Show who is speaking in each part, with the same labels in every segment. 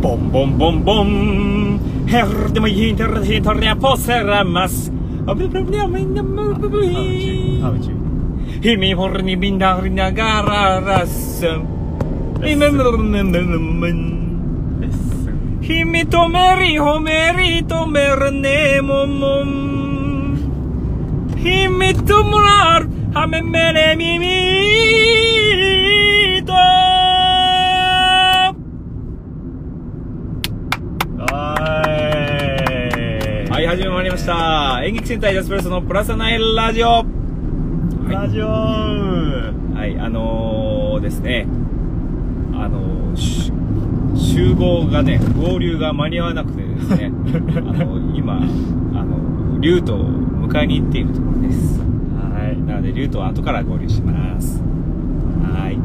Speaker 1: ボンボンボンボンヘルでもヒントルヒントルやポセラマスあブブブブみんなブブブ
Speaker 2: ハウチ
Speaker 1: ヒミホルにビンダルナガララッスンヒメムルメムルメン
Speaker 2: レッスン
Speaker 1: ヒミトメリホメリトメルネモモンヒミトムラルハメメレミミト
Speaker 2: はーい
Speaker 1: はい、始めまいりました。演劇戦隊ジャスプレスのプラスナイラジオ。は
Speaker 2: ラジオ
Speaker 1: い、はいあのー、ですね、あのー、し集合がね、合流が間に合わなくてですね、あの今、あの、リュートを迎えに行っているところです。
Speaker 2: はい
Speaker 1: なので、リュートは後から合流します。はい。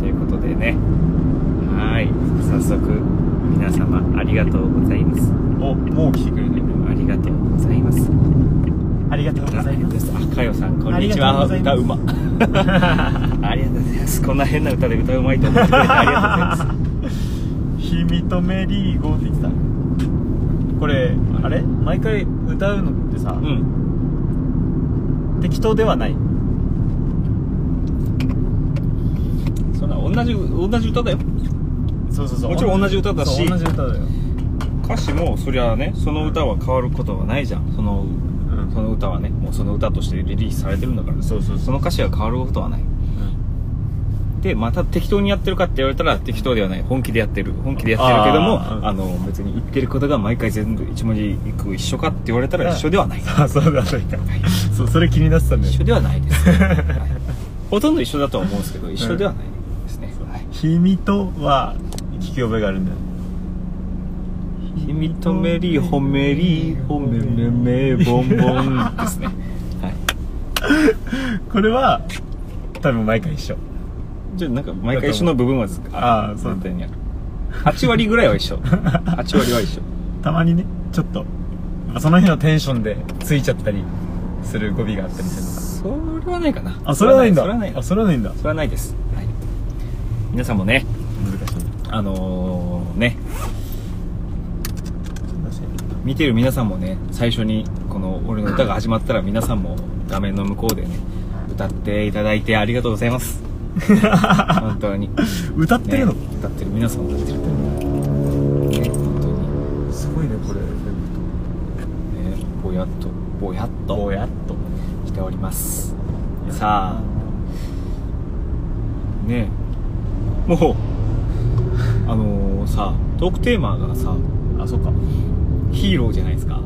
Speaker 1: ということでね、はい、早速、皆様ありがとうございます。
Speaker 2: おもう来てくれた
Speaker 1: ありがとうございます。
Speaker 2: ありがとうございます
Speaker 1: あ、かよさん、こんにちは。
Speaker 2: ありが
Speaker 1: 歌
Speaker 2: と
Speaker 1: う
Speaker 2: うござ
Speaker 1: ま。ありがとうございます。こんな変な歌で歌うまいと思ってくれてありがとうございま
Speaker 2: ひみとメリーゴーって言ってたこれあれ毎回歌うのってさ、
Speaker 1: す。うん。
Speaker 2: 適当ではない
Speaker 1: そんな同じ同じ歌だよ。
Speaker 2: そうそうそう
Speaker 1: もちろん同じ歌だし
Speaker 2: そう同じ歌だよ
Speaker 1: 歌詞もそりゃね、その歌は変わることはないじゃん。その
Speaker 2: ん
Speaker 1: その歌はね、もうその歌としてリリースされてるんだから。
Speaker 2: そうそうそう
Speaker 1: その歌詞は変わることはない。で、また適当にやってるかって言われたら適当ではない。本気でやってる。本気でやってるけども、
Speaker 2: あー
Speaker 1: あの、別に言ってることが毎回全部一文字一句一緒かって言われたら一緒ではない。
Speaker 2: あそうだそうだそうそれ気になってたんだよ
Speaker 1: 一緒ではないです、 はいほとんど一緒だとは思うんですけど一緒ではないですね、はい
Speaker 2: ひみとは聞き覚えがあるんだよ
Speaker 1: 「君とめりほめりほめめめボンボン」ですねはい
Speaker 2: これは多分毎回一緒
Speaker 1: じゃあなんか毎回一緒の部分はず
Speaker 2: あーそう
Speaker 1: 絶対にある8割ぐらいは一緒8割は 一緒
Speaker 2: たまにねちょっとその日のテンションでついちゃったりする語尾があったりするのか
Speaker 1: それはないかな
Speaker 2: あそれはないんだ
Speaker 1: それはない
Speaker 2: あそれはないんだ
Speaker 1: それはないです、はい、皆さんもね
Speaker 2: 難しい
Speaker 1: あのー、ね
Speaker 2: 難しい
Speaker 1: 見てる皆さんもね最初にこの俺の歌が始まったら皆さんも画面の向こうでね歌っていただいてありがとうございます 本当に
Speaker 2: 歌ってるの、
Speaker 1: ね歌ってる皆さんも歌ってるね本当に
Speaker 2: すごいねこれ
Speaker 1: ねぼやっとぼやっ
Speaker 2: ぼ
Speaker 1: と
Speaker 2: やっと
Speaker 1: しておりますさあねもうあのー、さトークテーマがさ
Speaker 2: あそっか
Speaker 1: ヒーローじゃないですか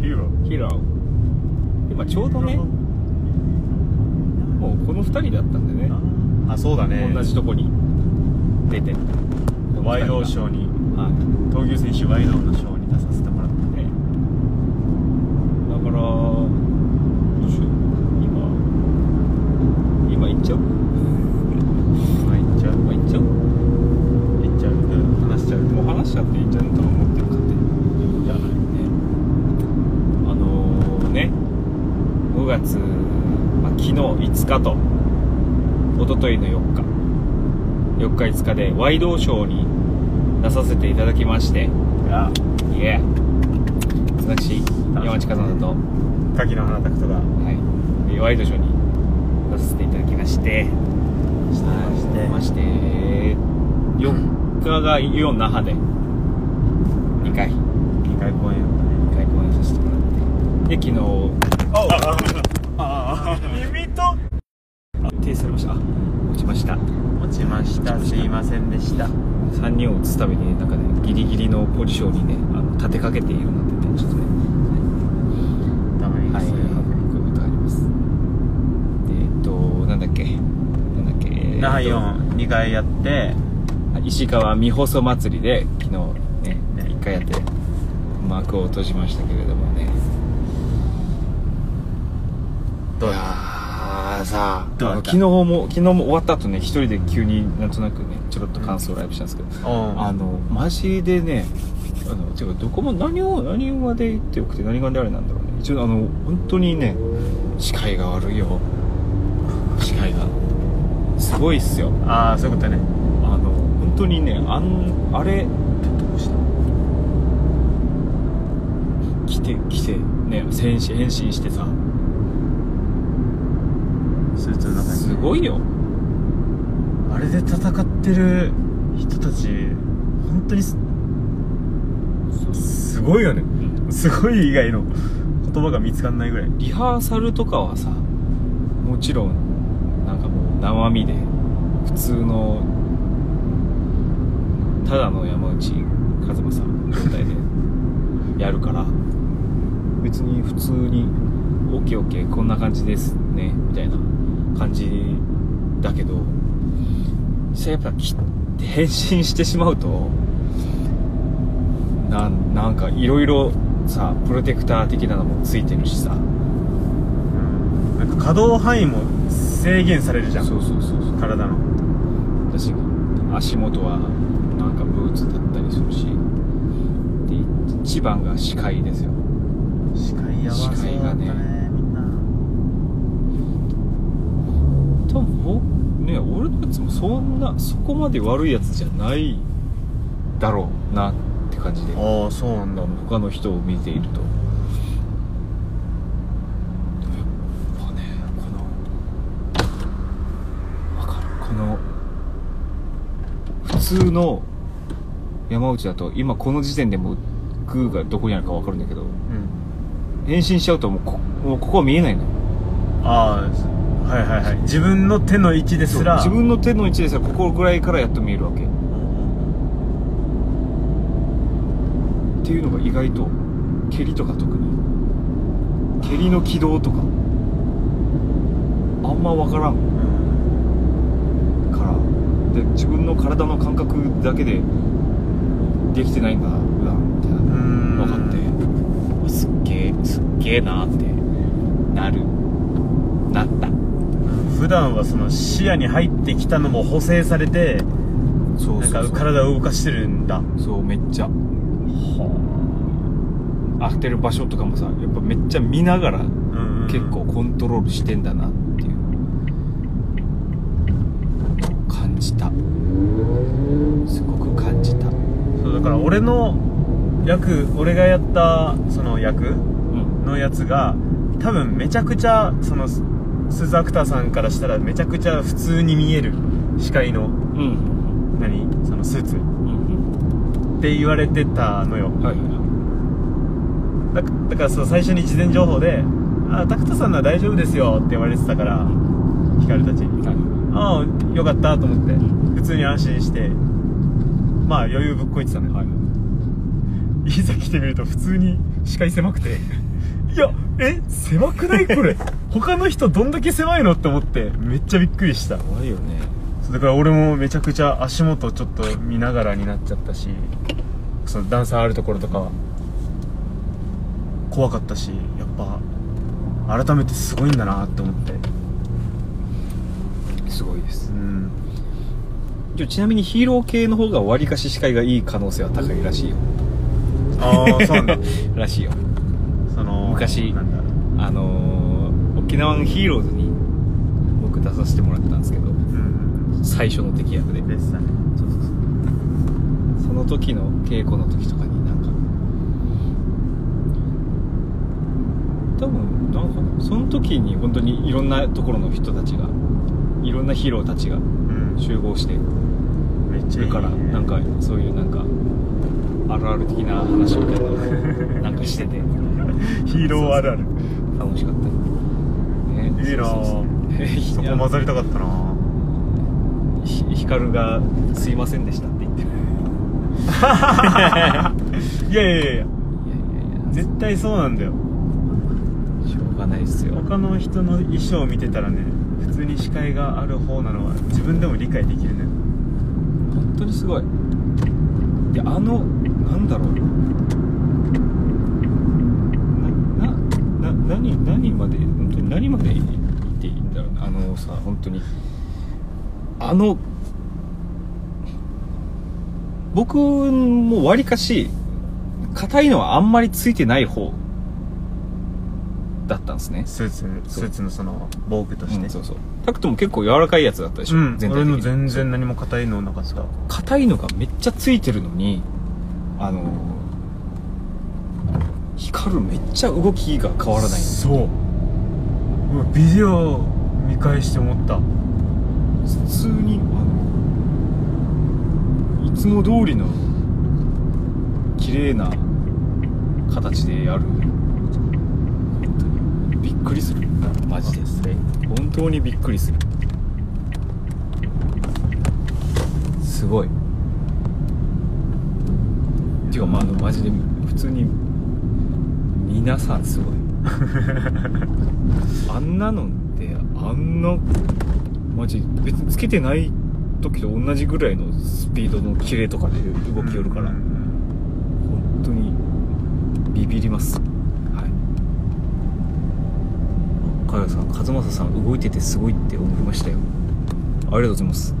Speaker 2: ヒーロー
Speaker 1: ヒーロー今ちょうどねもうこの2人だったんでね
Speaker 2: あそうだね
Speaker 1: 同じとこに出て
Speaker 2: ワイドショーに
Speaker 1: はい
Speaker 2: 闘牛選手ワイドのショーに出させてもらった
Speaker 1: ねだからどうしよう今今行っちゃう
Speaker 2: まあ行っちゃう
Speaker 1: 今行っちゃう
Speaker 2: 行っちゃう話しちゃう
Speaker 1: もう話しちゃって行っちゃうと思ってる勝手に
Speaker 2: じゃない
Speaker 1: ねあのー、ね5月、まあ、昨日5日と一昨日の4日4日5日でワイドショーに出させていただきまして
Speaker 2: いや
Speaker 1: いえ私山近さんだと
Speaker 2: 牡蠣の花タクトが
Speaker 1: はい、ワイドショーに出させていただきまして、
Speaker 2: して
Speaker 1: はいまして、4日がイオン那覇で、2回、2
Speaker 2: 2回公演やったね
Speaker 1: 回公演させてもらって、で、昨日、
Speaker 2: あああ耳と
Speaker 1: 停止されました、あ落ちました、
Speaker 2: 落ちましたすいませんでした
Speaker 1: 3人を打つたびにね、なんかね、ギリギリのポジションにね、あの立てかけているのでね、ちょっとね、
Speaker 2: ダメ
Speaker 1: はい、そういうことがあります。でえっと、なんだっけ、なんだっけ、えっと
Speaker 2: 那覇イオン2回やって
Speaker 1: 石川未放送祭りで昨日ね
Speaker 2: ね
Speaker 1: 一回やって幕を落としましたけれどもね
Speaker 2: どう
Speaker 1: いや
Speaker 2: だ
Speaker 1: ーさあ
Speaker 2: どうだ
Speaker 1: あの
Speaker 2: っ
Speaker 1: 昨
Speaker 2: た
Speaker 1: 日も昨日も終わった後ね一人で急になんとなくねちょろっと感想ライブしたんですけど、
Speaker 2: うん
Speaker 1: あのマジでねあのていうかどこも何を何まで言ってよくて何がであれなんだろうね一応あの本当にね視界が悪いよ視界がすごいっすよ
Speaker 2: ああそういうことね
Speaker 1: あの本本当にねあんあれどうした来て来てね変身変身してさ
Speaker 2: スーツの中に
Speaker 1: すごいよ
Speaker 2: あれで戦ってる人たち本当にすすごいよね
Speaker 1: うん
Speaker 2: すごい以外の言葉が見つかんないぐらい
Speaker 1: リハーサルとかはさもちろんなんかもう生身で普通のただの山内一馬さんの状態でやるから別に普通に「オッケーオッケーこんな感じですね」みたいな感じだけど実際やっぱ切って変身してしまうとなんなんかいろいろさプロテクター的なのもついてるしさ
Speaker 2: なんか可動範囲も制限されるじゃ
Speaker 1: そ
Speaker 2: ん
Speaker 1: うそうそうそう
Speaker 2: 体の
Speaker 1: 私足元はなんかブーツだったりするしで一番が視界ですよ
Speaker 2: 視界やばそうだった
Speaker 1: 視界がね
Speaker 2: ねみんな
Speaker 1: 多分ぼね俺のやつもそんなそこまで悪いやつじゃないだろうなって感じで
Speaker 2: ああそうなんだ
Speaker 1: 他の人を見ているとやっぱねこのわかるこの普通の山内だと今この時点でもうグーがどこにあるかわかるんだけど
Speaker 2: うん
Speaker 1: 変身しちゃうともうこもうここは見えないの
Speaker 2: ああはいはいはい自分の手の位置ですら
Speaker 1: 自分の手の位置でさここぐらいからやっと見えるわけっ
Speaker 2: うん
Speaker 1: ていうのが意外と蹴りとか特に蹴りの軌道とかあんまわからん
Speaker 2: うん
Speaker 1: からで自分の体の感覚だけでできてないんだな普段みたいな
Speaker 2: うーん
Speaker 1: 分かってすっげえすっげえなってなるなった
Speaker 2: 普段はその視野に入ってきたのも補正されて
Speaker 1: そ
Speaker 2: なんか体を動かしてるんだ
Speaker 1: そうめっちゃ当てる場所とかもさやっぱめっちゃ見ながら
Speaker 2: うんうん
Speaker 1: 結構コントロールしてんだなっていうのを感じたすごく感じた
Speaker 2: そうだから俺の役俺がやったその役
Speaker 1: うん
Speaker 2: のやつが多分めちゃくちゃそのススズアクターさんからしたらめちゃくちゃ普通に見える視界の
Speaker 1: うん
Speaker 2: 何そのスーツ
Speaker 1: うんうん
Speaker 2: って言われてたのよ
Speaker 1: うんはいはい
Speaker 2: だだからそう最初に事前情報で「あタクトさんなら大丈夫ですよ」って言われてたからヒカルたちに「ああよかった」と思って
Speaker 1: うん
Speaker 2: 普通に安心してまあ余裕ぶっこいてたのよ、
Speaker 1: はい
Speaker 2: いざ来てみると普通に視界狭くていやえ狭くないこ れ他の人どんだけ狭いのって思ってめっちゃびっくりした
Speaker 1: 怖いよね
Speaker 2: そうだから俺もめちゃくちゃ足元ちょっと見ながらになっちゃったしその段差あるところとかは怖かったしやっぱ改めてすごいんだなって思って
Speaker 1: すごいです
Speaker 2: うん
Speaker 1: ちょちなみにヒーロー系の方がわりかし視界がいい可能性は高いらしいよ
Speaker 2: あ あそうなんだ
Speaker 1: らしいよ
Speaker 2: その
Speaker 1: 昔
Speaker 2: なんだ
Speaker 1: あのー、沖縄のヒーローズに僕出させてもらったんですけど
Speaker 2: うん
Speaker 1: 最初の敵役で
Speaker 2: でしたね
Speaker 1: そうそうそうその時の稽古の時とかになんか多分なんかその時に本当にいろんなところの人たちがいろんなヒーローたちが
Speaker 2: うん
Speaker 1: 集合して
Speaker 2: めっちゃい
Speaker 1: だか
Speaker 2: い、ね、
Speaker 1: らなんかそういうなんかあるある的な話みたいなのをなんか してて
Speaker 2: ヒーローあるある
Speaker 1: 楽しかったね
Speaker 2: いいな
Speaker 1: そうそうそうひ
Speaker 2: そこ混ざりたかったな
Speaker 1: ひひかるが「すいませんでした」って言ってる
Speaker 2: いやい
Speaker 1: い
Speaker 2: やいや
Speaker 1: やいやいや
Speaker 2: 絶対そうなんだよ
Speaker 1: しょうがないですよ
Speaker 2: 他の人の衣装を見てたらね普通に視界がある方なのは自分でも理解できるね
Speaker 1: 本当にすごいであのなんだろうななな何何まで本当に何まで言っていいんだろうなあのさ本当にあの僕もわりかし硬いのはあんまりついてない方だったんですね
Speaker 2: スーツ
Speaker 1: そう
Speaker 2: スーツのその防具として、
Speaker 1: うんそうそうタクトも結構柔らかいやつだったでしょ、
Speaker 2: うん俺の全
Speaker 1: そう
Speaker 2: 然何も硬いのなかった
Speaker 1: 硬いのがめっちゃついてるのにあの光るめっちゃ動きが変わらない
Speaker 2: そううわビデオ見返して思った
Speaker 1: 普通にあのいつも通りの綺麗な形でやる本当にびっくりするマジで本当にびっくりするすごいていうかまああのマジで普通に皆さんす ごいあんなのってあんなマジ別につけてない時と同じぐらいのスピードのキレとかで動きよるから、
Speaker 2: うん
Speaker 1: 本当にビビりますはい加賀さん和正さん動いててすごいって思いましたよありがとうございます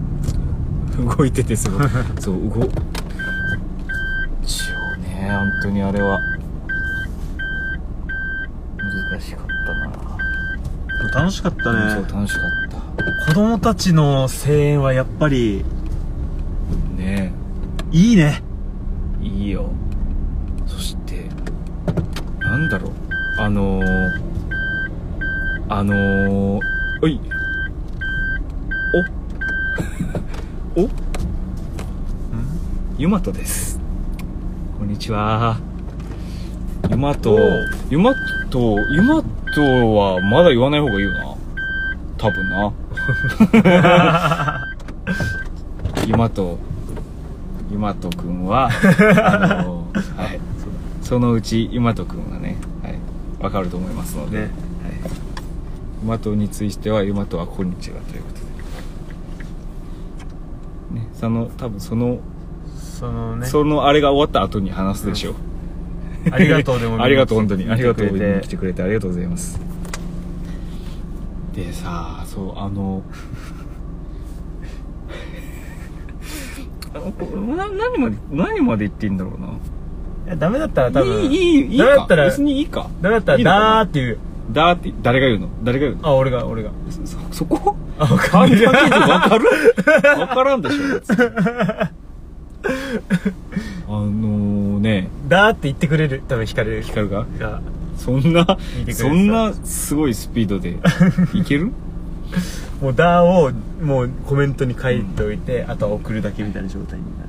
Speaker 1: 動いててす ごいそう動一応ね本当にあれは難しかったな
Speaker 2: 楽しかったね
Speaker 1: そう楽しかっ
Speaker 2: 子供たちの声援はやっぱり
Speaker 1: たねえ
Speaker 2: いいね
Speaker 1: いいよそしてなんだろうあのー、あのー、おいお おゆまとですこんにちはゆまと
Speaker 2: おう
Speaker 1: ゆまとゆまとはまだ言わない方がいいよな多分な ゆまとゆまとくんはあのーはいそのうちゆまとくんはねはいわかると思いますので、
Speaker 2: ね
Speaker 1: ゆまとについてはゆまとはこんにちはということでねその多分その
Speaker 2: そのね
Speaker 1: そのあれが終わった後に話すでしょう、
Speaker 2: ありがとうでも見に来て
Speaker 1: ありがとう本当にありがとう
Speaker 2: 見てくれて
Speaker 1: 見に来てくれてありがとうございますでさそうあ のあのこな何まで何まで言っていいんだろうない
Speaker 2: やダメだったら多分
Speaker 1: いいいいいい
Speaker 2: ダメだ
Speaker 1: か
Speaker 2: ったら
Speaker 1: 別にいいか
Speaker 2: ダメだったら
Speaker 1: いいのかな
Speaker 2: だーっていう
Speaker 1: だーって誰が言うの誰が言うの
Speaker 2: あ俺が俺が
Speaker 1: そそそこ
Speaker 2: あ分か
Speaker 1: 簡
Speaker 2: ん
Speaker 1: 単
Speaker 2: ない
Speaker 1: にわかるわからんでしょ別にあのね
Speaker 2: だーって言ってくれる多分光る
Speaker 1: 光が
Speaker 2: が
Speaker 1: そんな
Speaker 2: 見てくれてた
Speaker 1: そんなすごいスピードでいける
Speaker 2: もうだーをもうコメントに書いておいて、あとは送るだけみたいな状態になる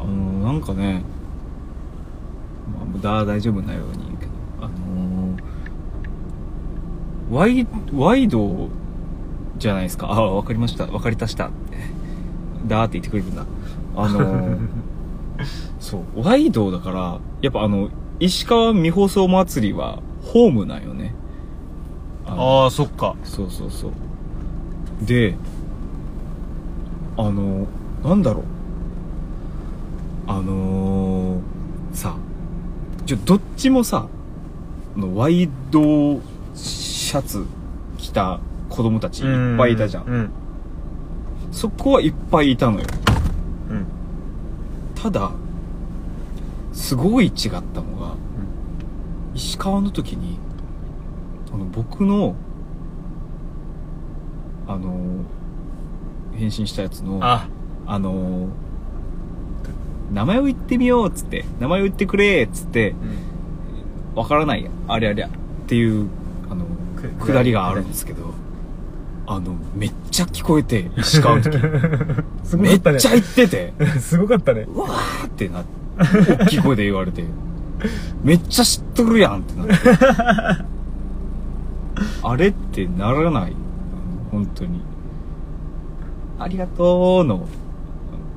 Speaker 1: あのなんかねまあ無駄は大丈夫なように言うけどあのーワイワイドじゃないですかああ分かりました分かりたしたってだーって言ってくれるんだあのーそうワイドだからやっぱあの石川未放送祭りはホームなんよねあの
Speaker 2: ああそっか
Speaker 1: そうそうそうであのなんだろうあのー、さちょどっちもさあのワイドシャツ着た子供たちいっぱいいたじゃん、
Speaker 2: うん
Speaker 1: そこはいっぱいいたのよ
Speaker 2: うん
Speaker 1: ただすごい違ったのが、石川の時にあの僕のあの返信したやつの
Speaker 2: あ
Speaker 1: あの名前を言ってみようっつって名前を言ってくれっつって
Speaker 2: うん
Speaker 1: わからないやありゃりゃっていうあの
Speaker 2: く
Speaker 1: くだりがあるんですけどあのめっちゃ聞こえて石川 の時
Speaker 2: すごか
Speaker 1: め
Speaker 2: っ
Speaker 1: った
Speaker 2: ね
Speaker 1: ちゃ言ってて
Speaker 2: すごかったね
Speaker 1: うわーってなって大きい声で言われてめっちゃ知っとるやんってなって あれってならない本当にありがとうの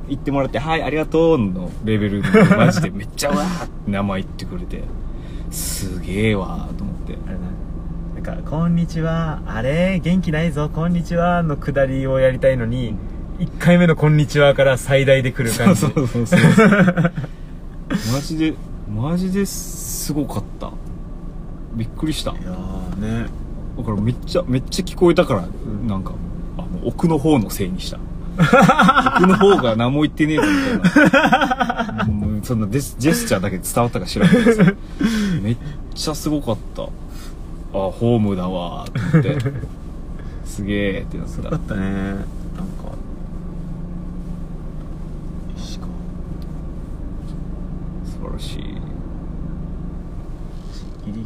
Speaker 1: 言ってもらってはいありがとうのレベルでマジでめっちゃわーって名前言ってくれてすげえわーと思って
Speaker 2: あれななんか「こんにちはあれ元気ないぞこんにちは」のくだりをやりたいのに1回目の「こんにちは」から最大で来る
Speaker 1: そ
Speaker 2: 感
Speaker 1: う
Speaker 2: じ
Speaker 1: そうそう そうマジでマジですごかったびっくりした
Speaker 2: いやーね
Speaker 1: だからめっちゃめっちゃ聞こえたから、
Speaker 2: ん
Speaker 1: なんかあの奥の方のせいにした奥の方が何も言ってねえぞみた いなうんそんなデスジェスチャーだけで伝わったか知らんけどさめっちゃすごかったあホームだわーってすげえってなっ
Speaker 2: すご
Speaker 1: た
Speaker 2: かったねなんか石川
Speaker 1: 素晴らしい
Speaker 2: ギリギリ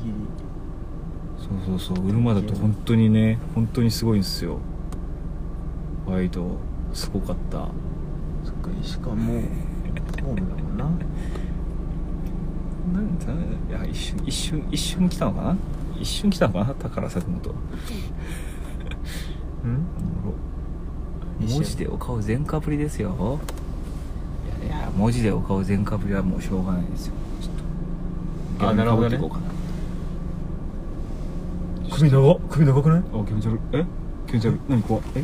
Speaker 1: そうそうそう売るまでと本当にね本当にすごいんですよワイドすごかった
Speaker 2: そっか石川もうホームだもんな
Speaker 1: なんだいや一瞬一瞬一瞬来たのかな一瞬来たのかな宝坂本
Speaker 2: う
Speaker 1: お
Speaker 2: ん
Speaker 1: もろ文字でお顔全かぶりですよいやいや文字でお顔全かぶりはもうしょうがないですよちょっと
Speaker 2: あなるほどね
Speaker 1: 被っていこうかな
Speaker 2: 首長っ首長くない
Speaker 1: あ気持ち悪いえ気持ち悪い何怖いえ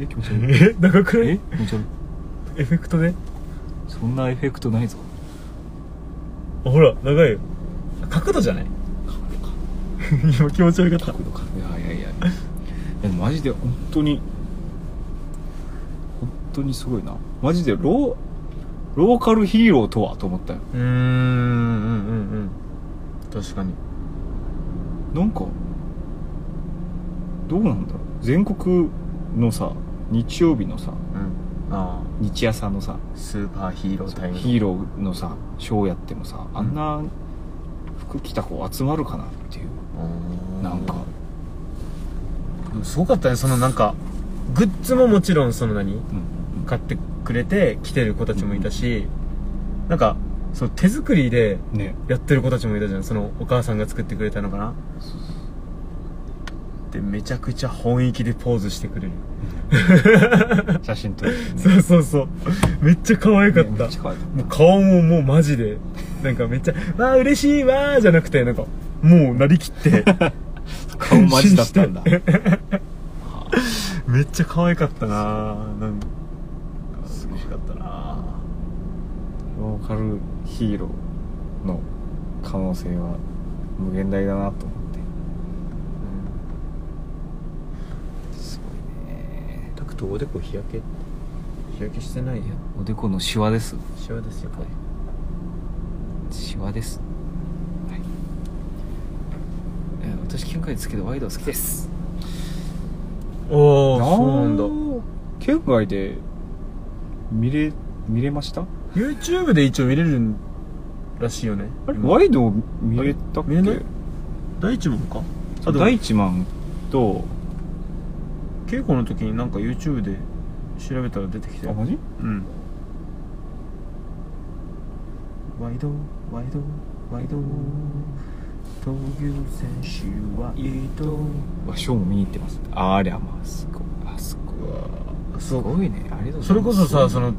Speaker 1: え気持ち悪 い
Speaker 2: え長くない
Speaker 1: え気持ち悪い
Speaker 2: エフェクトで
Speaker 1: そんなエフェクトないぞ
Speaker 2: あほら長いよ角度じゃない 今気持ち悪かった
Speaker 1: 角度かいやいやいやいやマジで本当に本当にすごいなマジでローローカルヒーローとはと思ったよ
Speaker 2: うーんうんうんうん確かに
Speaker 1: なんかどうなんだろう全国のさ日曜日のさ
Speaker 2: うんあ
Speaker 1: 日朝のさ
Speaker 2: あスーパーヒーロータイム
Speaker 1: ヒーローのさショーやってもさあんな服着た子集まるかなっていう、
Speaker 2: ー
Speaker 1: なんか
Speaker 2: すごかったねそのなんかグッズももちろんその
Speaker 1: う
Speaker 2: 何
Speaker 1: ん
Speaker 2: 買ってくれて来てる子たちもいたし、なんかその手作りで
Speaker 1: ね
Speaker 2: やってる子たちもいたじゃんそのお母さんが作ってくれたのかなでめちゃくちゃ本意気でポーズしてくれる、
Speaker 1: 写真撮る、ね、
Speaker 2: そうそうそうめっちゃ可愛かった、
Speaker 1: ねめちゃ可愛かった
Speaker 2: もう顔ももうマジでなんかめっちゃ「わあ嬉しいわー」じゃなくてなんかもうなりきって
Speaker 1: 顔マジだったんだ
Speaker 2: めっちゃ可愛かったなーなんかすごかったな
Speaker 1: ローカルヒーローの可能性は無限大だなと思っ
Speaker 2: ー、
Speaker 1: てすごいね
Speaker 2: タクトおでこ日焼け日焼けしてないや
Speaker 1: おでこのシワです
Speaker 2: シワですよこれ
Speaker 1: シワですはい、えー私県外ですけどワイドは好きです
Speaker 2: おおそうなんだ
Speaker 1: 県外で見れ見れました
Speaker 2: YouTube で一応見れるらしいよね
Speaker 1: あれ
Speaker 2: 今
Speaker 1: ワイド見れたっ
Speaker 2: あれ見れな
Speaker 1: け
Speaker 2: い第一問かあでも
Speaker 1: 大地マンと
Speaker 2: 稽古の時になんか YouTube で調べたら出てきた
Speaker 1: あ
Speaker 2: よ
Speaker 1: マジ
Speaker 2: うんワイドワイドワイド闘牛選手ワイド
Speaker 1: わショーも見に行ってますありゃまあすごいあすごいす
Speaker 2: そう
Speaker 1: ごいねありがとうございます
Speaker 2: それこそさその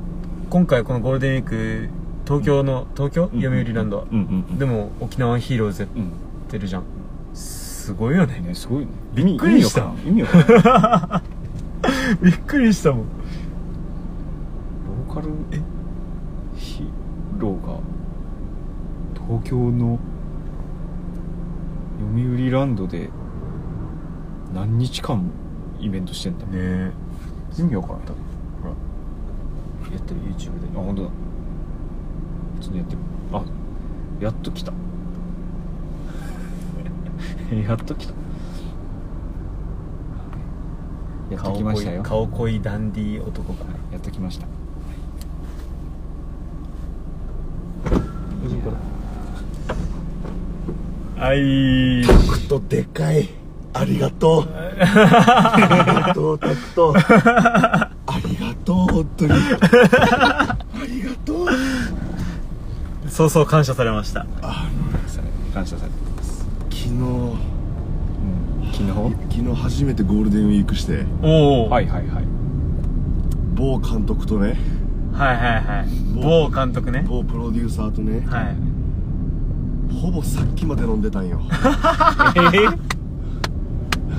Speaker 2: 今回このゴールデンウィーク東京の東京
Speaker 1: うん
Speaker 2: 読売ランドは
Speaker 1: うんうんうん
Speaker 2: でも沖縄ヒーローズや
Speaker 1: うん
Speaker 2: ってるじゃんすごいよね
Speaker 1: ねすごいね
Speaker 2: びっくりした
Speaker 1: 意味わからん意味わからん
Speaker 2: びっくりしたもん
Speaker 1: ローカルヒーローが東京の読売ランドで何日間イベントしてんだ、
Speaker 2: ねえ
Speaker 1: 意味わからんあ
Speaker 2: ほらやってる YouTube で
Speaker 1: 本当だ普通にやってるあやっと来た やっと来たやっと来ましたよ
Speaker 2: 顔濃いダンディー男が
Speaker 1: やっときました
Speaker 2: 大丈夫かはい
Speaker 3: タクトでかいありがと うありがとうタクトありがとう本当にありがとう
Speaker 2: そうそう感謝されました
Speaker 3: あ
Speaker 1: され感謝されてます、
Speaker 3: の昨日
Speaker 1: うん、昨日
Speaker 3: 昨日初めてゴールデンウィークして
Speaker 2: おお、
Speaker 1: はいはいはい
Speaker 3: 某監督とね
Speaker 2: はいはいはい某監督ね
Speaker 3: 某プロデューサーとね
Speaker 2: はい
Speaker 3: ほぼさっきまで飲んでたんよ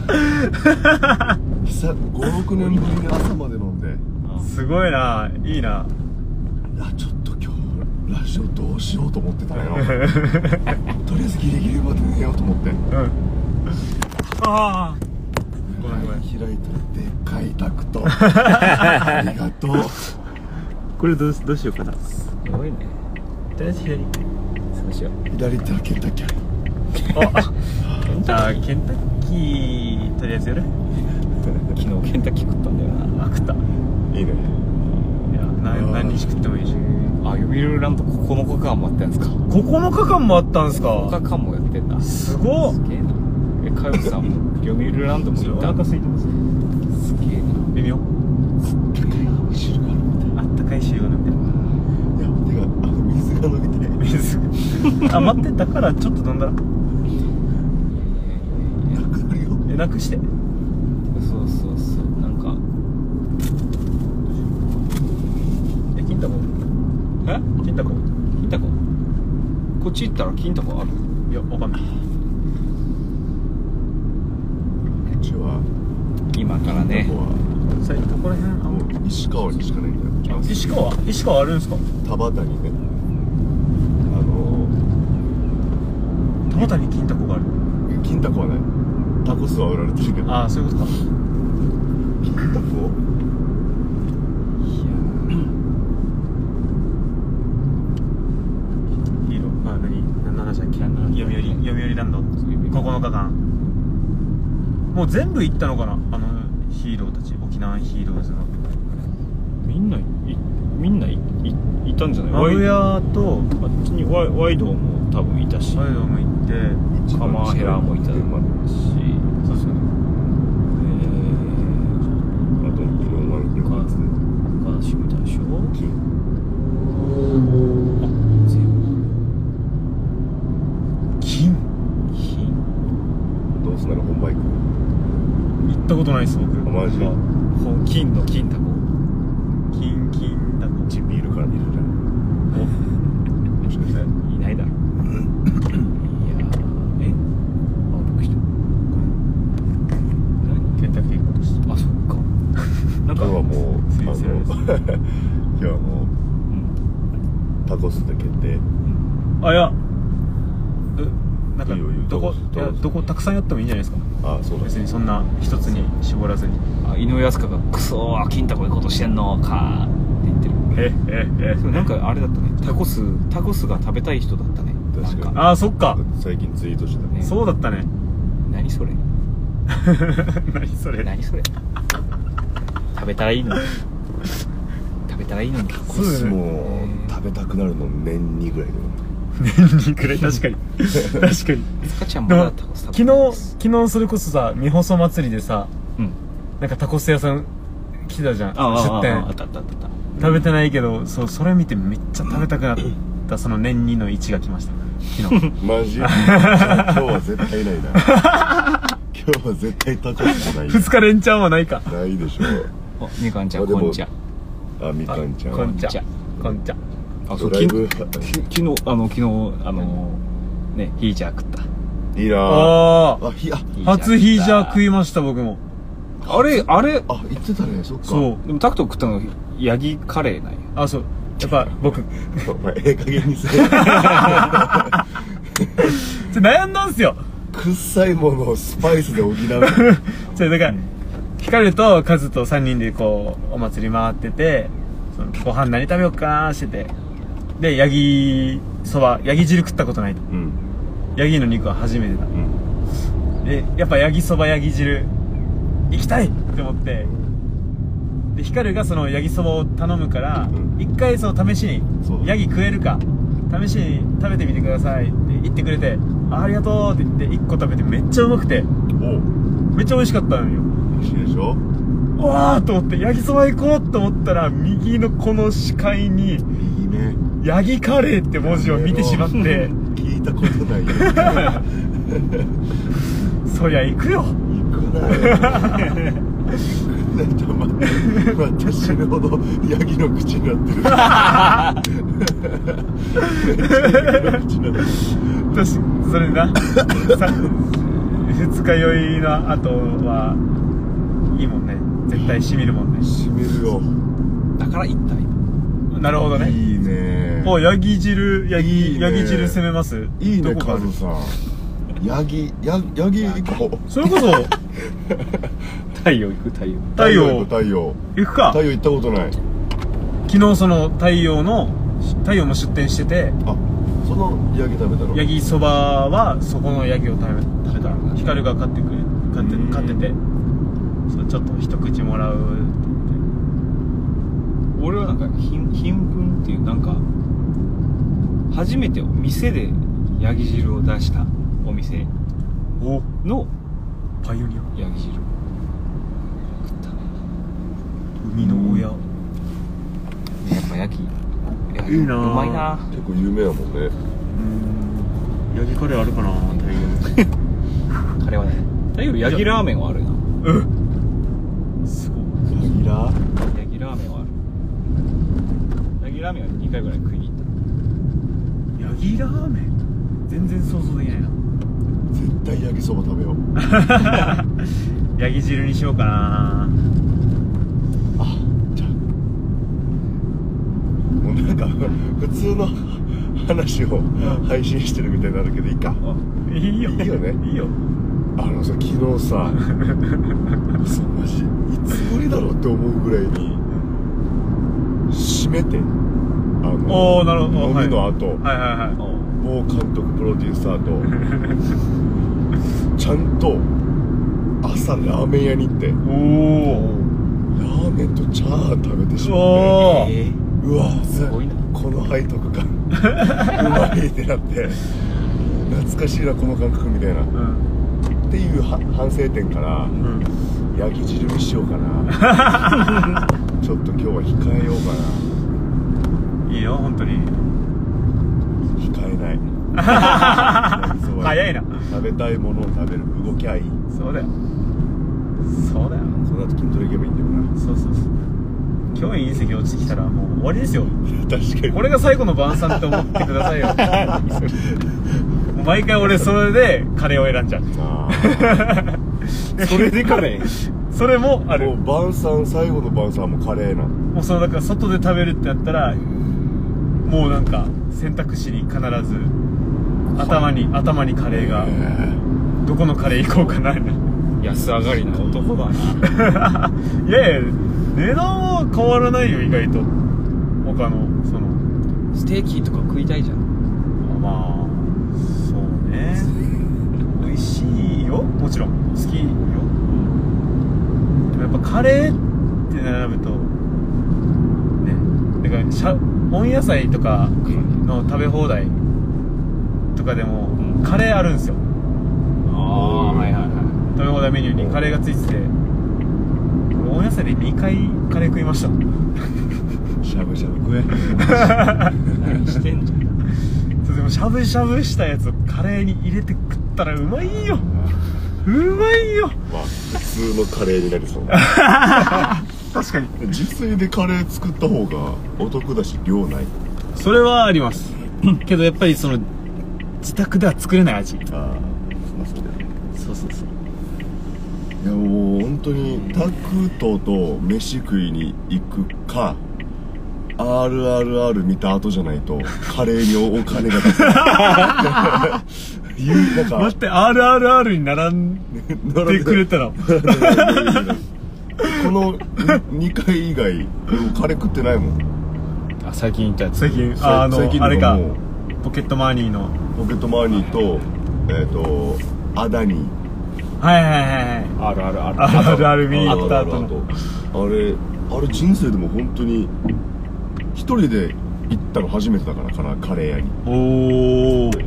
Speaker 3: 56年ぶりに朝まで飲んです
Speaker 2: ごいないいな
Speaker 3: あちょっと今日ラジオどうしようと思ってた のよとりあえずギリギリまで寝ようと思って
Speaker 2: うんああごめんごめん
Speaker 3: 開いたらでっかいタクトありがとう
Speaker 2: これどうどうしようかなと
Speaker 1: すごいね
Speaker 2: りあえず左
Speaker 1: そうしよ う
Speaker 3: 左手はケンタッキー
Speaker 2: あじゃあケンタッキーとりあえずやる
Speaker 1: 昨日ケンタッキー食ったんだよな
Speaker 2: あ食ったい
Speaker 3: いいね
Speaker 2: やな
Speaker 3: うん
Speaker 2: 何日食ってもいいし
Speaker 1: あ予備ルーランド9日間もやってんですか
Speaker 2: 9日間もあったんす
Speaker 1: 9
Speaker 2: か
Speaker 1: 日間もやってんだす
Speaker 2: すごっ
Speaker 1: げえなえかよさんも予備ルーランドも行った
Speaker 2: 空いてます
Speaker 1: すげえな
Speaker 2: 微妙
Speaker 3: 汁があるみた
Speaker 2: あっ
Speaker 3: い
Speaker 2: たかいしようみたいない
Speaker 3: やてかあの水が飲みたい
Speaker 2: 水 あ待ってたからちょっと飲んだら
Speaker 1: いやいやいや
Speaker 3: なくなるよ
Speaker 2: えなくして
Speaker 1: そうそうそうなんか
Speaker 2: え金太こ
Speaker 1: え
Speaker 2: 金太こ
Speaker 1: 金太ここっち行ったら金太こある
Speaker 2: いやわかんない
Speaker 3: こっちは
Speaker 1: 今からね
Speaker 3: ここは
Speaker 2: 最近どこら辺あ
Speaker 3: もう石川にしかないんだよ
Speaker 2: 石川石川あるんすか
Speaker 3: 田畑にねあの
Speaker 2: 田畑に金太こがある
Speaker 3: 金タコはないタコスは売られてるけど
Speaker 2: ああそういうことか
Speaker 3: 金タコ
Speaker 2: いいのあ何何の話だっけ
Speaker 1: 何の話
Speaker 2: 読売読売ランド
Speaker 1: 売
Speaker 2: 9日間もう全部行ったのかなあのヒーローたち沖縄ヒーローズの
Speaker 1: みんないみんないいいたんじゃない
Speaker 2: 名
Speaker 1: ワイ
Speaker 2: 古屋と
Speaker 1: あっちにワイワイドも多分いたし
Speaker 2: ワイドも行って
Speaker 3: 一
Speaker 1: カ
Speaker 3: 番
Speaker 1: マーヘラもいたし、え
Speaker 3: まあ
Speaker 2: そうですよね
Speaker 1: ー、
Speaker 3: といろんなのがあるけど
Speaker 1: ガーシムでしょ
Speaker 3: 金
Speaker 1: 全
Speaker 2: 金
Speaker 1: 部金
Speaker 3: どうすんなら本場行く
Speaker 2: 行ったことないです僕
Speaker 3: あマジ
Speaker 1: 本金の金だこ
Speaker 2: 金金だ
Speaker 3: うちビールから出るじゃん
Speaker 1: いないだろいやーえあびっくりした何
Speaker 2: ケンタッキー行こうとして
Speaker 1: あそっかなんか
Speaker 3: 今日はもう
Speaker 2: 先
Speaker 3: あ
Speaker 2: 生
Speaker 3: の 今日はもう
Speaker 1: うん
Speaker 3: タコスで決定
Speaker 2: あいやえなんか
Speaker 3: いいよいいよ
Speaker 2: どこい
Speaker 3: どうぞ
Speaker 2: やどこたくさんやってもいいんじゃないですか
Speaker 3: あそうだ
Speaker 2: 別にそんな一つに絞らずに
Speaker 1: あ井上靖香が「クソー金太こ行こうとしてんのか」って言ってる
Speaker 2: ええ
Speaker 1: で
Speaker 2: え
Speaker 1: もなんかあれだったねタコスタコスが食べたい人だったね
Speaker 3: 確か
Speaker 1: なん
Speaker 3: に
Speaker 2: ああそっか
Speaker 3: 最近ツイートしてた
Speaker 1: ね
Speaker 2: そうだったね
Speaker 1: 何それ
Speaker 2: 何それ
Speaker 1: 何それ食べたらいいのに食べたらいいのに
Speaker 3: これ
Speaker 2: そうだね
Speaker 3: もう食べたくなるの年にぐらいで
Speaker 2: 年にくれ確かに確かに
Speaker 1: 塚ちゃん
Speaker 2: で
Speaker 1: ま
Speaker 2: も
Speaker 1: だタコス
Speaker 2: 昨
Speaker 1: 食べてないで
Speaker 2: 日
Speaker 1: す
Speaker 2: 昨日それこそさみほそ祭りでさ
Speaker 1: うん
Speaker 2: なんかタコス屋さん来てたじゃん
Speaker 1: あああ
Speaker 2: 出
Speaker 1: ああっ
Speaker 2: 店
Speaker 1: たあったあったあっ
Speaker 2: 食べてないけどそうそれ見てめっちゃ食べたくなったその年にの1が来ました昨日
Speaker 3: マジじゃあ今日は絶対ないな今日は絶対タコスもない
Speaker 2: 2日連チャンはないか
Speaker 3: ないでしょ
Speaker 1: たおみかんちゃん
Speaker 3: あでも
Speaker 1: こんちゃん
Speaker 3: あみかんちゃ
Speaker 2: こ
Speaker 1: こ
Speaker 3: ん
Speaker 2: ん
Speaker 1: ん
Speaker 2: ち
Speaker 1: ち
Speaker 2: ゃ
Speaker 1: ゃ
Speaker 2: んこんちゃん
Speaker 1: あ
Speaker 3: ド
Speaker 1: そう
Speaker 3: ラ
Speaker 1: き
Speaker 3: イ
Speaker 1: ん
Speaker 3: ブ
Speaker 1: き昨日あの昨日あのねヒージャー食った
Speaker 3: いいなあ
Speaker 2: ああ
Speaker 3: ひあ
Speaker 2: 初ヒージャー食い
Speaker 1: ま
Speaker 2: ました僕も
Speaker 1: あれあれ
Speaker 3: あ言ってたねそっか
Speaker 2: そう
Speaker 1: でもタクト食ったのヤギカレーなんや
Speaker 2: あそうやっぱ僕
Speaker 3: お前ええ加減にせえ
Speaker 2: ちょ悩んだんすよ
Speaker 3: 臭いものをスパイスで補うう
Speaker 2: それだから光とカズと3人でこうお祭り回っててそのご飯何食べようかなーしててでヤギそばヤギ汁食ったことない
Speaker 3: ん
Speaker 2: ヤギの肉は初めてだ
Speaker 3: うん
Speaker 2: でやっぱヤギそばヤギ汁行きたいって思ってで光がそのヤギそばを頼むから
Speaker 3: うん
Speaker 2: 一回その試しに
Speaker 3: そう
Speaker 2: ヤギ食えるか試しに食べてみてくださいって言ってくれてあありがとうって言って1個食べてめっちゃうまくてめっちゃ美味しかったのよ
Speaker 3: おいしいでしょ
Speaker 2: わーと思ってヤギそば行こうと思ったら右のこの視界に
Speaker 3: いいね
Speaker 2: 「ヤギカレー」って文字を見てしまって
Speaker 3: 聞いたことないよ行く
Speaker 2: そりゃ行くよ
Speaker 3: なよ行くなちょ待って待って死ぬほどヤギの口になってるめっちゃヤギの口になって
Speaker 2: 私それなさ二日酔いの後はいいもんね絶対しみるもんね
Speaker 3: るしめるよ
Speaker 1: だから行ったんや
Speaker 2: なるほどね
Speaker 3: いいね
Speaker 2: おヤギ汁ヤギ
Speaker 3: いいね
Speaker 2: ヤギ汁攻めます
Speaker 3: いいね
Speaker 2: どこがあ
Speaker 3: カ
Speaker 2: る
Speaker 3: ズさんヤギヤヤギ行こう
Speaker 2: それ こそ
Speaker 1: 太陽行く太陽
Speaker 2: 太陽
Speaker 3: 行こう太陽
Speaker 2: 行くか
Speaker 3: 太陽行ったことない
Speaker 2: 昨日その太陽の太陽も出店してて
Speaker 3: あそのヤギ食べたの
Speaker 2: ヤギそばはそこのヤギを食べ食べた
Speaker 1: うん
Speaker 2: 光が買ってくれ買って買っててそうちょっと一口もらうって
Speaker 1: 俺はなんか貧貧困っていうなんか初めて店でヤギ汁を出したお店
Speaker 2: 言って
Speaker 1: の
Speaker 2: おパイオニア
Speaker 1: ヤギ汁食ったね
Speaker 2: 海の親
Speaker 1: やっぱヤギヤギ
Speaker 2: いいなぁ
Speaker 1: うまいな
Speaker 3: 結構有名やもんね
Speaker 2: うんヤギカレーあるかな大
Speaker 1: カレーはね大丈夫ヤギラーメンはあるな
Speaker 2: 洋うんすごい
Speaker 3: ギラ
Speaker 1: ヤギラーメンはあるヤギラーメンは2回ぐらい食いに行っ
Speaker 2: ヤギラーメン全然想像できないな
Speaker 3: 絶対焼きそば食べよう
Speaker 2: ヤギ汁にしようかな
Speaker 3: あじゃあもうなんか普通の話を配信してるみたいになるけどいい
Speaker 1: た
Speaker 3: か
Speaker 1: あ
Speaker 2: いいよ
Speaker 3: いいよね
Speaker 2: いいよ
Speaker 3: あのさ昨日さ嘘マジいつぶりだろうって思うぐらいに閉めてあの
Speaker 2: おーなるほど
Speaker 3: 飲みの後、
Speaker 2: はいはいはい
Speaker 1: あ
Speaker 3: 某監督プロデューサーとちゃんと朝ラーメン屋に行ってラ
Speaker 2: お
Speaker 3: ーメンとチャーハン食べてしまって
Speaker 2: おおー
Speaker 1: え
Speaker 3: うわ
Speaker 1: すごいな
Speaker 3: この背徳感うまいってなって懐かしいなこの感覚みたいなっ
Speaker 2: うん
Speaker 3: ていうは反省点か
Speaker 2: う
Speaker 3: ら
Speaker 2: ん
Speaker 3: ヤギ汁にしようかな ちょっと今日は控えようかない
Speaker 2: いよ本当に
Speaker 3: 控えない そう
Speaker 2: 早いな
Speaker 3: 食べたいものを食べる動きゃいい
Speaker 2: そうだよそうだよ
Speaker 3: その後筋トレ行けばいいんだよな
Speaker 2: そうそうそう今日隕石落ちてきたらもう終わりですよ
Speaker 3: 確かに
Speaker 2: これが最後の晩餐って思ってくださいよもう毎回俺それでカレーを選んじゃう
Speaker 3: あーそれでカレー
Speaker 2: それもある
Speaker 3: もう晩餐最後の晩餐もカレーな
Speaker 2: もうそのだから外で食べるってなったらもうなんか選択肢に必ず頭に頭にカレーが
Speaker 3: え
Speaker 2: どこのカレー行こうかない
Speaker 1: 安上がりな男だな
Speaker 2: やいや値段は変わらないよ意外と他のその
Speaker 1: ステーキとか食いたいじゃん
Speaker 2: まあそうね美味しいよもちろん好きよでもやっぱカレーって並ぶとねだからしゃ温野菜とかの食べ放題とかでも、
Speaker 1: うん
Speaker 2: カレーあるんですよ
Speaker 1: ああはいはいは
Speaker 2: 食べ放題メニューにカレーがついてて俺温野菜で2回カレー食いました
Speaker 3: ーしゃぶしゃぶ食え
Speaker 1: い何してんじゃん
Speaker 2: そうでもしゃぶしゃぶしたやつをカレーに入れて食ったらうまいようまいよ
Speaker 3: まあ普通のカレーになり そう
Speaker 2: 確かに
Speaker 3: 自炊でカレー作った方がお得だし量ない
Speaker 2: それはありますけどやっぱりその自宅では作れない味
Speaker 3: ああまあそうだよね
Speaker 2: そうそうそう
Speaker 3: いやもう本当にタクトと飯食いに行くか RRR 見た後じゃないとカレーにお金が出せない 言うなんか
Speaker 2: 待って RRR に並ん
Speaker 3: 並ん
Speaker 2: で
Speaker 3: で
Speaker 2: くれたら
Speaker 3: この2回以外俺カレー食ってないもん
Speaker 1: あ最近行ったやつ
Speaker 2: 最近ああの
Speaker 3: 最近
Speaker 2: あれか
Speaker 3: もう
Speaker 2: ポケットマーニーの
Speaker 3: ポケットマーニーとえっ、とアダニー
Speaker 2: はいはいはいはい
Speaker 1: あるあるある
Speaker 2: あるあるある見に
Speaker 3: あ
Speaker 2: 行った後
Speaker 3: と
Speaker 2: の
Speaker 3: あれあれ人生でも本当に一人で行ったの初めてだからかなカレー屋に
Speaker 2: おお
Speaker 3: で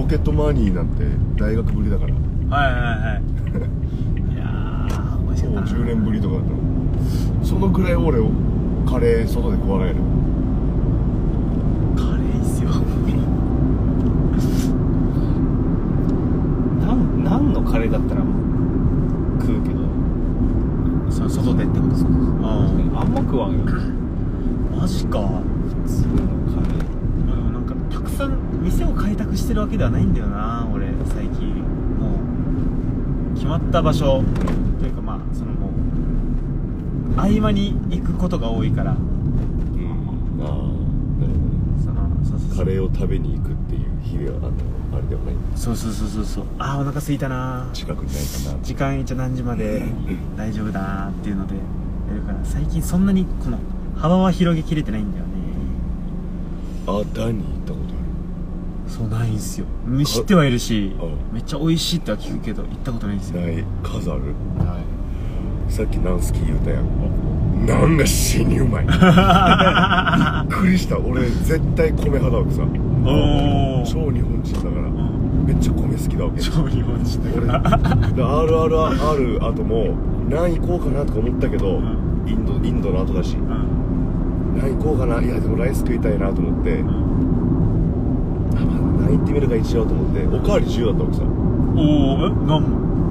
Speaker 3: ポケットマーニーなんて大学ぶりだからも
Speaker 2: はいはいはい いやー美味し
Speaker 3: う
Speaker 2: かった
Speaker 3: 10年ぶりとかだったのそのぐらい俺カレー外で食わないの
Speaker 2: カレーいいっすよ
Speaker 1: なん何のカレーだったら食うけど
Speaker 2: それ外でってことですか
Speaker 1: あ
Speaker 2: あ
Speaker 1: んま食わんよ
Speaker 2: あマジか
Speaker 1: 普通のカレー
Speaker 2: まあでもなんかたくさん店を開拓してるわけではないんだよな俺最近もう決まった場所というかまあそのもう合間に行くことが多いから
Speaker 3: うんああなるほ
Speaker 2: そのそうそうそう
Speaker 3: ーを食べに行くっていう日ではあったあれではない
Speaker 2: そうそうそうそうそうああお腹空いたな
Speaker 3: 近くにないか
Speaker 2: 時間一応何時まで大丈夫だなっていうのでやるから最近そんなにこの幅は広げきれてないんだよね
Speaker 3: なアダニー行ったこと
Speaker 2: そうないんすよ知ってはいるし
Speaker 3: あ
Speaker 2: めっちゃ美味しいっては聞くけど行ったことないんですよ
Speaker 3: ない数ある
Speaker 1: はい
Speaker 3: さっきナンスキー言うたやんナンが死に うまいびっくりした俺絶対米派だわけさ
Speaker 2: おー
Speaker 3: 超日本人だから
Speaker 2: ん
Speaker 3: めっちゃ米好きだわけ
Speaker 2: 超日本人
Speaker 3: 俺
Speaker 2: だ
Speaker 3: だ
Speaker 2: か
Speaker 3: からら RRR 後も何行こうかなとか思ったけど、
Speaker 2: うん
Speaker 3: インドインドの後だし
Speaker 2: うん
Speaker 3: 何行こうかないやでもライス食いたいなと思って、
Speaker 2: う
Speaker 3: あ
Speaker 2: ん
Speaker 3: まあ何行ってみるか一応と思っておかわり自由だったわけさ
Speaker 2: おおえ何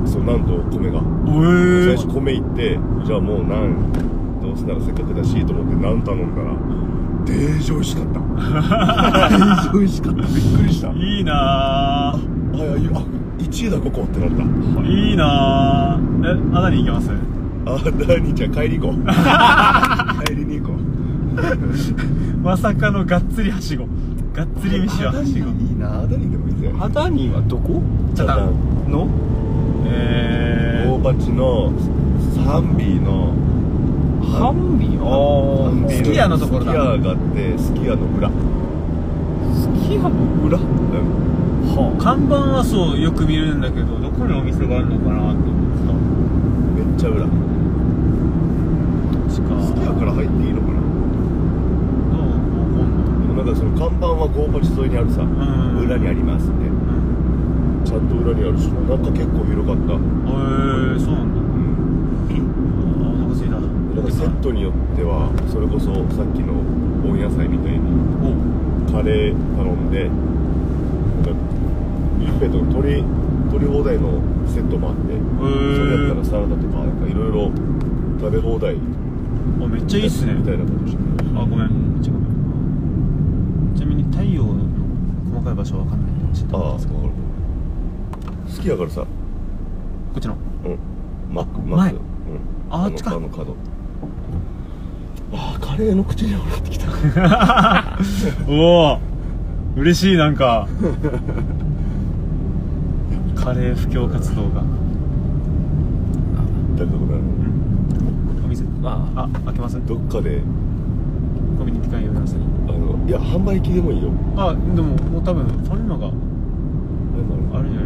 Speaker 2: も
Speaker 3: そうなんと米が
Speaker 2: え
Speaker 3: 最
Speaker 2: え
Speaker 3: 初米行ってじゃあもうなんどうせならせっかくだしと思って何頼んだらデージ美味し かったデージ美味しかったびっくりしたあ
Speaker 2: いいなぁ
Speaker 3: いやいやあ1位だここってなった
Speaker 2: いいなぁえあ何行きます
Speaker 3: あ何じゃあ帰り行こう 帰りに行こう
Speaker 2: まさかのがっつりはしごがっつり飯ははしご
Speaker 3: いいなあだにでもいいぜ
Speaker 1: ハダニはどこ
Speaker 2: ちょっと
Speaker 1: の
Speaker 2: え
Speaker 3: 大鉢のサンビーの
Speaker 1: ハンビ
Speaker 3: サン
Speaker 1: あ
Speaker 3: ビー
Speaker 2: スキヤのところだ
Speaker 3: スキヤがあってスキヤの裏
Speaker 1: あスキヤの裏
Speaker 3: うん
Speaker 2: ー、看板はそうよく見るんだけどどこにお店があるのかなって思っ
Speaker 3: めっちゃ裏
Speaker 2: てたしか
Speaker 3: スキヤから入っていいのかな
Speaker 2: どうも
Speaker 3: でもなんかその看板はゴーパチ沿いにあるさ、
Speaker 2: ん
Speaker 3: 裏にありますね
Speaker 2: 今度
Speaker 3: ちゃんと裏にあるしなんか結構広かった、
Speaker 2: へえー、そうなんだあお腹すいた
Speaker 3: なんかセットによってはそれこそさっきの温野菜みたいに
Speaker 2: お
Speaker 3: カレー頼んでなんかビュッフェとか取り取り放題のセットもあって、
Speaker 2: ー
Speaker 3: それやったらサラダとかなんかいろいろ食べ放題
Speaker 2: あめっちゃいいっすね
Speaker 3: みたいなことして
Speaker 2: あごめんめっちゃごめんちなみに太陽の細かい場所は分かんないんで教えてもら
Speaker 3: あ
Speaker 2: っ
Speaker 3: あ
Speaker 2: ていいですか
Speaker 3: 好きやからさ
Speaker 2: こっちの
Speaker 3: うんマックマッ
Speaker 2: 前
Speaker 3: クうん
Speaker 2: ああっ
Speaker 3: の
Speaker 2: ちか
Speaker 3: あの角ああカレーの口にはなってきた
Speaker 2: おお嬉しいなん かカレー布教活動が
Speaker 3: だけどな
Speaker 2: お店
Speaker 1: ま
Speaker 2: あ開けます
Speaker 3: どっかで
Speaker 2: コミュニティ会呼びます
Speaker 3: あのいや販売機でもいいよ
Speaker 2: あでももう多分ファミマが
Speaker 3: あ
Speaker 2: あるんじゃ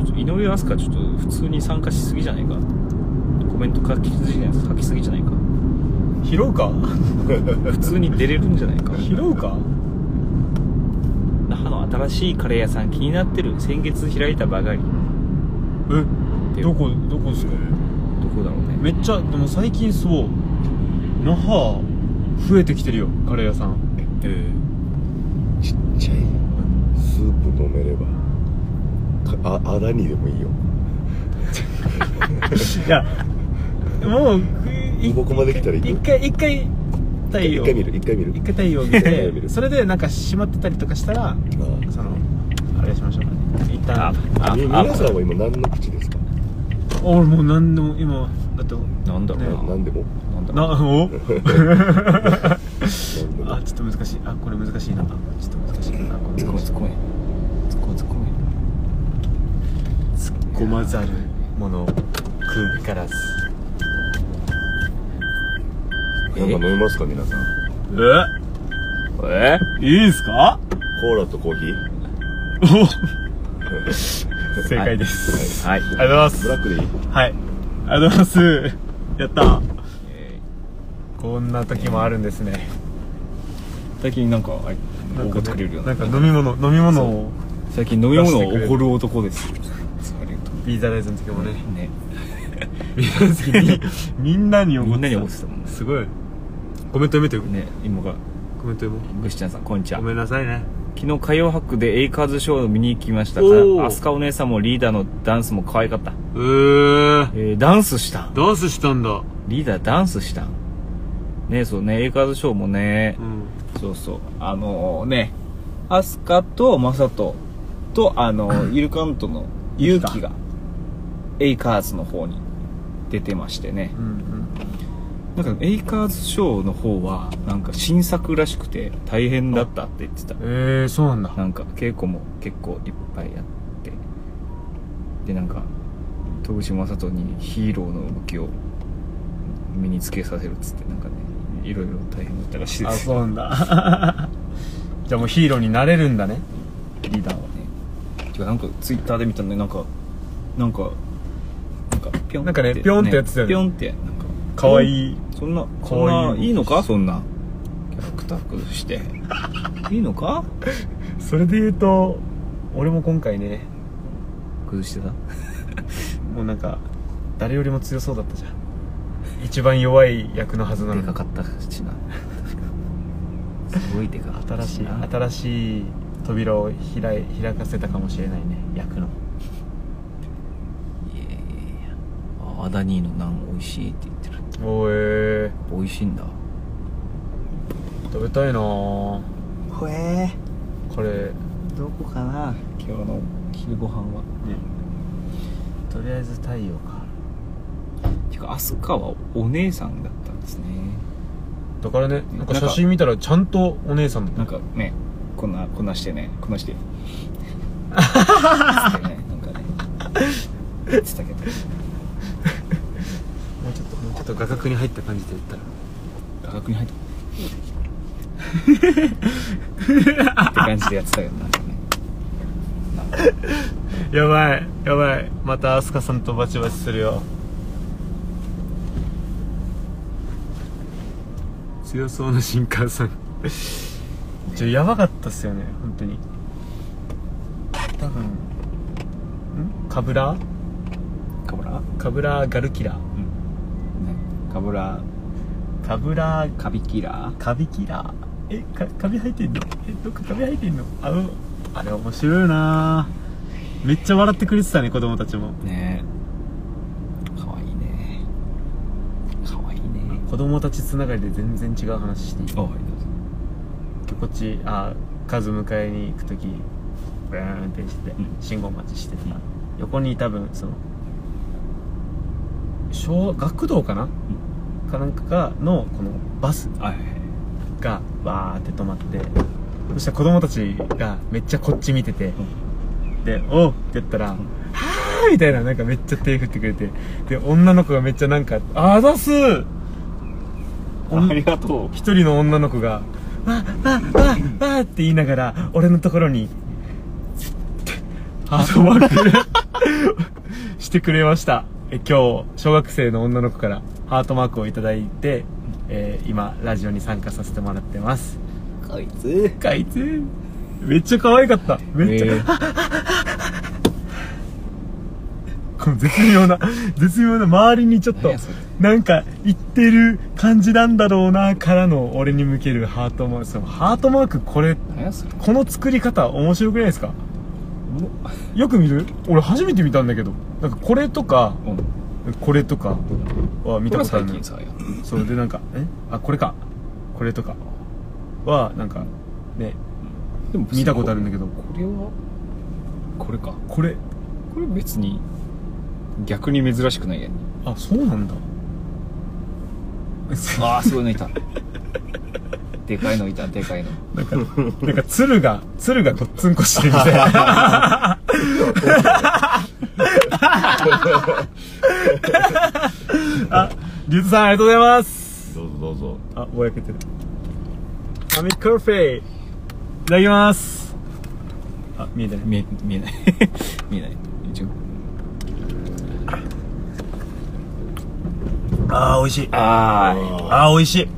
Speaker 2: な
Speaker 1: あ
Speaker 2: いですか
Speaker 1: ちょっと井上飛鳥ちょっと普通に参加しすぎじゃないかコメント書きすぎじゃない書きすぎじゃないか
Speaker 2: 拾うか
Speaker 1: 普通に出れるんじゃないか
Speaker 2: 拾うか
Speaker 1: 那覇の新しいカレー屋さん気になってる先月開いたばかり
Speaker 2: えどこどこですか
Speaker 1: どこだろうね
Speaker 2: めっちゃでも最近そう那覇増えてきてるよカレー屋さん
Speaker 1: え
Speaker 3: ちっちゃいスープ飲めればかああだにでもいいよ
Speaker 2: いやもうい
Speaker 3: 僕まで来たら行く
Speaker 2: 一回一回太
Speaker 3: 一
Speaker 2: 陽
Speaker 3: 回見る一回見る
Speaker 2: 一回太陽見
Speaker 3: 一回見
Speaker 2: て
Speaker 3: る
Speaker 2: それでなんか閉まってたりとかしたら
Speaker 3: あ
Speaker 2: そのあれしましょうかね一
Speaker 1: あ
Speaker 2: 旦
Speaker 1: あ
Speaker 3: あみ
Speaker 1: あ
Speaker 3: 皆さんは今何の口ですか
Speaker 2: 俺もう何でも今だって
Speaker 1: なんだろ
Speaker 3: な
Speaker 1: うな
Speaker 3: 何でも
Speaker 1: なんだろう
Speaker 2: なお
Speaker 3: 何でも
Speaker 2: あちょっと難しいあこれ難しいなあちょっと難しいなこれ
Speaker 1: 突っ込め突っ込め突っ込め突っ込め
Speaker 2: 突っ込まざるもの空からす
Speaker 3: なんか飲みますか皆さん
Speaker 2: え
Speaker 1: え
Speaker 2: いいんすか
Speaker 3: コーラとコーヒー
Speaker 2: 正解です、
Speaker 1: はい
Speaker 2: ありがとうご
Speaker 3: ブ
Speaker 2: ざ
Speaker 3: ラ
Speaker 2: い
Speaker 3: ックでいい
Speaker 2: ますはいありがとうございますやったこんな時もあるんですね
Speaker 1: 最近なんかあれ
Speaker 2: な
Speaker 1: お
Speaker 2: ん
Speaker 1: ご
Speaker 2: か,、
Speaker 1: ってくれるよ
Speaker 2: なんか飲み物飲み物を
Speaker 1: 最近飲み物を怒る男ですよありがと
Speaker 2: ビーザライズの時もね
Speaker 1: うね
Speaker 2: ビーザライズの時に みんなに
Speaker 1: み
Speaker 2: 怒っ
Speaker 1: んな
Speaker 2: て
Speaker 1: に
Speaker 2: た
Speaker 1: 怒ってたもんね
Speaker 2: すごいコメント読めてよ
Speaker 1: ね今が
Speaker 2: コメント読もう
Speaker 1: グッシャンさんこんにちは
Speaker 2: ごめんなさいね
Speaker 1: 昨日火曜博でエイカーズショーを見に行きました
Speaker 2: おー
Speaker 1: アスカお姉さんもリーダーのダンスも可愛かった、
Speaker 2: えー、
Speaker 1: えーダンスしたん
Speaker 2: ダンスしたんだ
Speaker 1: リーダーダンスしたんねそうねエイカーズショーもね
Speaker 2: う、ん
Speaker 1: そうそうあのねアスカとマサトとあの イルカントの勇気がエイカーズの方に出てましてね
Speaker 2: うん
Speaker 1: なんかエイカーズショーの方はなんか新作らしくて大変だったって言ってた
Speaker 2: うんえー、そうなんだ
Speaker 1: なんか稽古も結構いっぱいやってでなんか戸口雅人にヒーローの動きを身につけさせるっつってなんかねいろいろ大変だったらしいで
Speaker 2: あ
Speaker 1: す
Speaker 2: そうなんだ じゃあもうヒーローになれるんだね
Speaker 1: リーダーはねてかなんかツイッターで見たんでなんかなんかなんかピョン
Speaker 2: なんかねピョンってやってたよね
Speaker 1: ピョンってなんか
Speaker 2: かわいい
Speaker 1: そんな
Speaker 2: か
Speaker 1: そん
Speaker 2: わいい
Speaker 1: ないいのかそんなキャクタクしていいのか
Speaker 2: それで言うと俺も今回ね
Speaker 1: 崩してた
Speaker 2: もうなんか誰よりも強そうだったじゃん一番弱い役のはずなの
Speaker 1: で
Speaker 2: に
Speaker 1: かかったしなすごいでかかった
Speaker 2: 新しい
Speaker 1: な
Speaker 2: 新しい扉を開い開かせたかもしれないね役の
Speaker 1: いやいやいやあアダニーのナン美味しいって言ってる
Speaker 2: おえ
Speaker 1: 美味しいんだ
Speaker 2: 食べたいなあ
Speaker 1: ほえ
Speaker 2: これ
Speaker 1: どこかな今日の昼ご飯は
Speaker 2: ねとりあえず太陽か
Speaker 1: てか飛鳥はお姉さんだったんですね
Speaker 2: だからねなんか
Speaker 1: なんか
Speaker 2: 写真見たらちゃんとお姉さんだった
Speaker 1: なんかねこんなこんなしてねこんなして つってねなんかね言ってたけど
Speaker 2: もうちょっともうちょっと画角に入った感じで言ったら
Speaker 1: 画角に入ったって感じでやってたよなんかね
Speaker 2: やばいやばいまたアスカさんとバチバチするよ強そうな新幹線ちょやばかったっすよね本当に多分んカブラ
Speaker 1: カブラ
Speaker 2: カブラガルキラ
Speaker 1: ねカブラ
Speaker 2: カブラ
Speaker 1: カビキラー
Speaker 2: カビキラえかカビ入ってんのえどっかカビ入ってんのあのあれ面白いなめっちゃ笑ってくれてたね子供たちも
Speaker 1: ねえかわいいねかわいいね
Speaker 2: 子供たちつながりで全然違う話していい
Speaker 1: あはいどうぞ
Speaker 2: こっちあカズ迎えに行く時ブーンってして
Speaker 1: うん
Speaker 2: 信号待ちしてて、
Speaker 1: うん
Speaker 2: 横に多分その小学童かな、かなんかがのこのバス
Speaker 1: はいはい
Speaker 2: がわーって止まってそしたら子供たちがめっちゃこっち見てて、で「おう!」って言ったら「はー!」みたいななんかめっちゃ手振ってくれてで女の子がめっちゃなんか「あざす!」
Speaker 1: はいありがとう
Speaker 2: 一人の女の子が「わわわわ」って言いながら俺のところにハートマ ークしてくれましたえ今日小学生の女の子からハートマークをいただいて、えー今ラジオに参加させてもらってます
Speaker 1: こいつ
Speaker 2: かいつめっちゃ可愛かっためっちゃ、
Speaker 1: えー
Speaker 2: この絶妙な 絶妙な周りにちょっと
Speaker 1: 何やそれ
Speaker 2: なんか言ってる感じなんだろうなからの俺に向けるハートマークそのハートマークこれ
Speaker 1: 何やそれ
Speaker 2: この作り方面白くないですかよく見る俺初めて見たんだけどなんかこれとか
Speaker 1: うん
Speaker 2: これとかは見たことある
Speaker 1: こ
Speaker 2: の
Speaker 1: れは最近さやっ
Speaker 2: それでなんかえあこれかこれとかはなんかね
Speaker 1: でも別に
Speaker 2: 見たことあるんだけど
Speaker 1: これはこれか
Speaker 2: これ
Speaker 1: これ別に逆に珍しくないや ん
Speaker 2: あそうなんだ
Speaker 1: ああすごいのいたでかいのいたでかいの
Speaker 2: なんかなんか鶴が鶴がごっつんこしてるみたいなあ竜斗さんありがとうございます
Speaker 3: どうぞどうぞ
Speaker 2: あ、ぼやけてる。マミカフェいただきます。あ、見えてない。
Speaker 1: 見え見えない見えない一応
Speaker 2: あー、美味しい。
Speaker 1: あ
Speaker 3: あ
Speaker 2: あー、美味しい。あり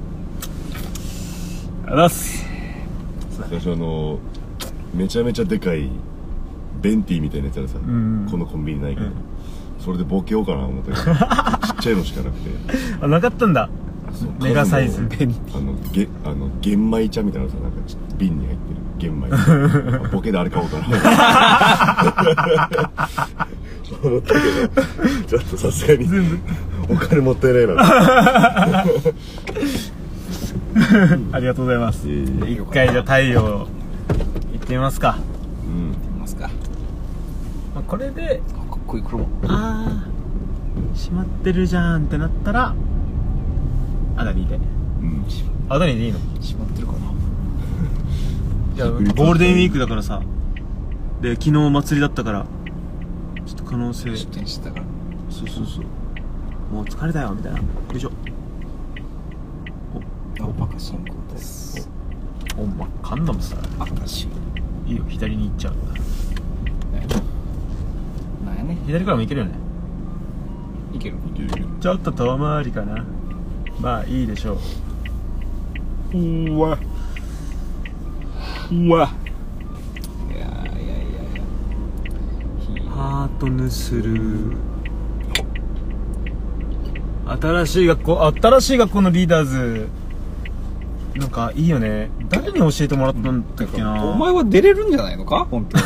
Speaker 2: がとうございます。
Speaker 3: あ最初あのめちゃめちゃでかいベンティみたいなやつあるさ、
Speaker 2: ん
Speaker 3: このコンビニないけど、
Speaker 2: うん
Speaker 3: それでボケようかな思ったけ どちっちゃいのしかなくて
Speaker 2: あ、なかったんだ。
Speaker 3: そう
Speaker 2: メガサイズ
Speaker 3: 数もあのげあの玄米茶みたいなのさなんかちょっと瓶に入ってる玄米 茶あボケであれ買おうかな 思ったけどちょっとさすがにお金もったいな いな
Speaker 2: ありがとうございます。
Speaker 3: いえいえ
Speaker 2: 一回じゃあ太陽、行ってみますか。
Speaker 3: うん
Speaker 1: いますか
Speaker 2: まあ、これで、
Speaker 1: あかっこいいこれも
Speaker 2: あー、閉まってるじゃんってなったら、アダニーで。
Speaker 3: うん
Speaker 2: アダニーでいいの
Speaker 1: しまってるかない
Speaker 2: やゴールデンウィークだからさで昨日祭りだったからちょっと可能性
Speaker 1: 出店してたから
Speaker 2: そうそうそうもう疲れたよみたいなよいしょ
Speaker 1: お赤信号です
Speaker 2: おまカンナムさ
Speaker 1: 赤信号
Speaker 2: いいよ左に行っちゃう
Speaker 1: なんやね
Speaker 2: 左からも行けるよね
Speaker 1: いけるの
Speaker 3: いけるいける
Speaker 2: ちょっと遠回りかなまあいいでしょう
Speaker 1: うわうわいやいやいやいやひ
Speaker 2: ハートヌスル新しい学校新しい学校のリーダーズなんかいいよね誰に教えてもらったんだっけな
Speaker 1: お前は出れるんじゃないのか本当に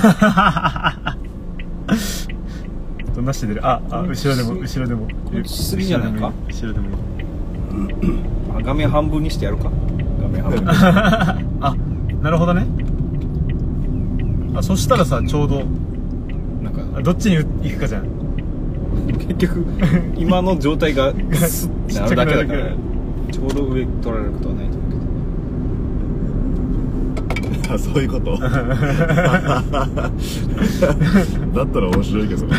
Speaker 2: どんなして出るああ後ろでも後ろでも
Speaker 1: こっちすぎじゃないか
Speaker 2: 後ろでもいい 後ろでもいい
Speaker 1: あ画面半分にしてやるか画面半分にして
Speaker 2: あなるほどねあそしたらさちょうど
Speaker 1: なんか
Speaker 2: あどっちに行くかじゃん
Speaker 1: 結局 今の状態がスッてなるだけだから ちょうど上取られることはないと思うけど
Speaker 3: あ そういうことだったら面白いけ どこ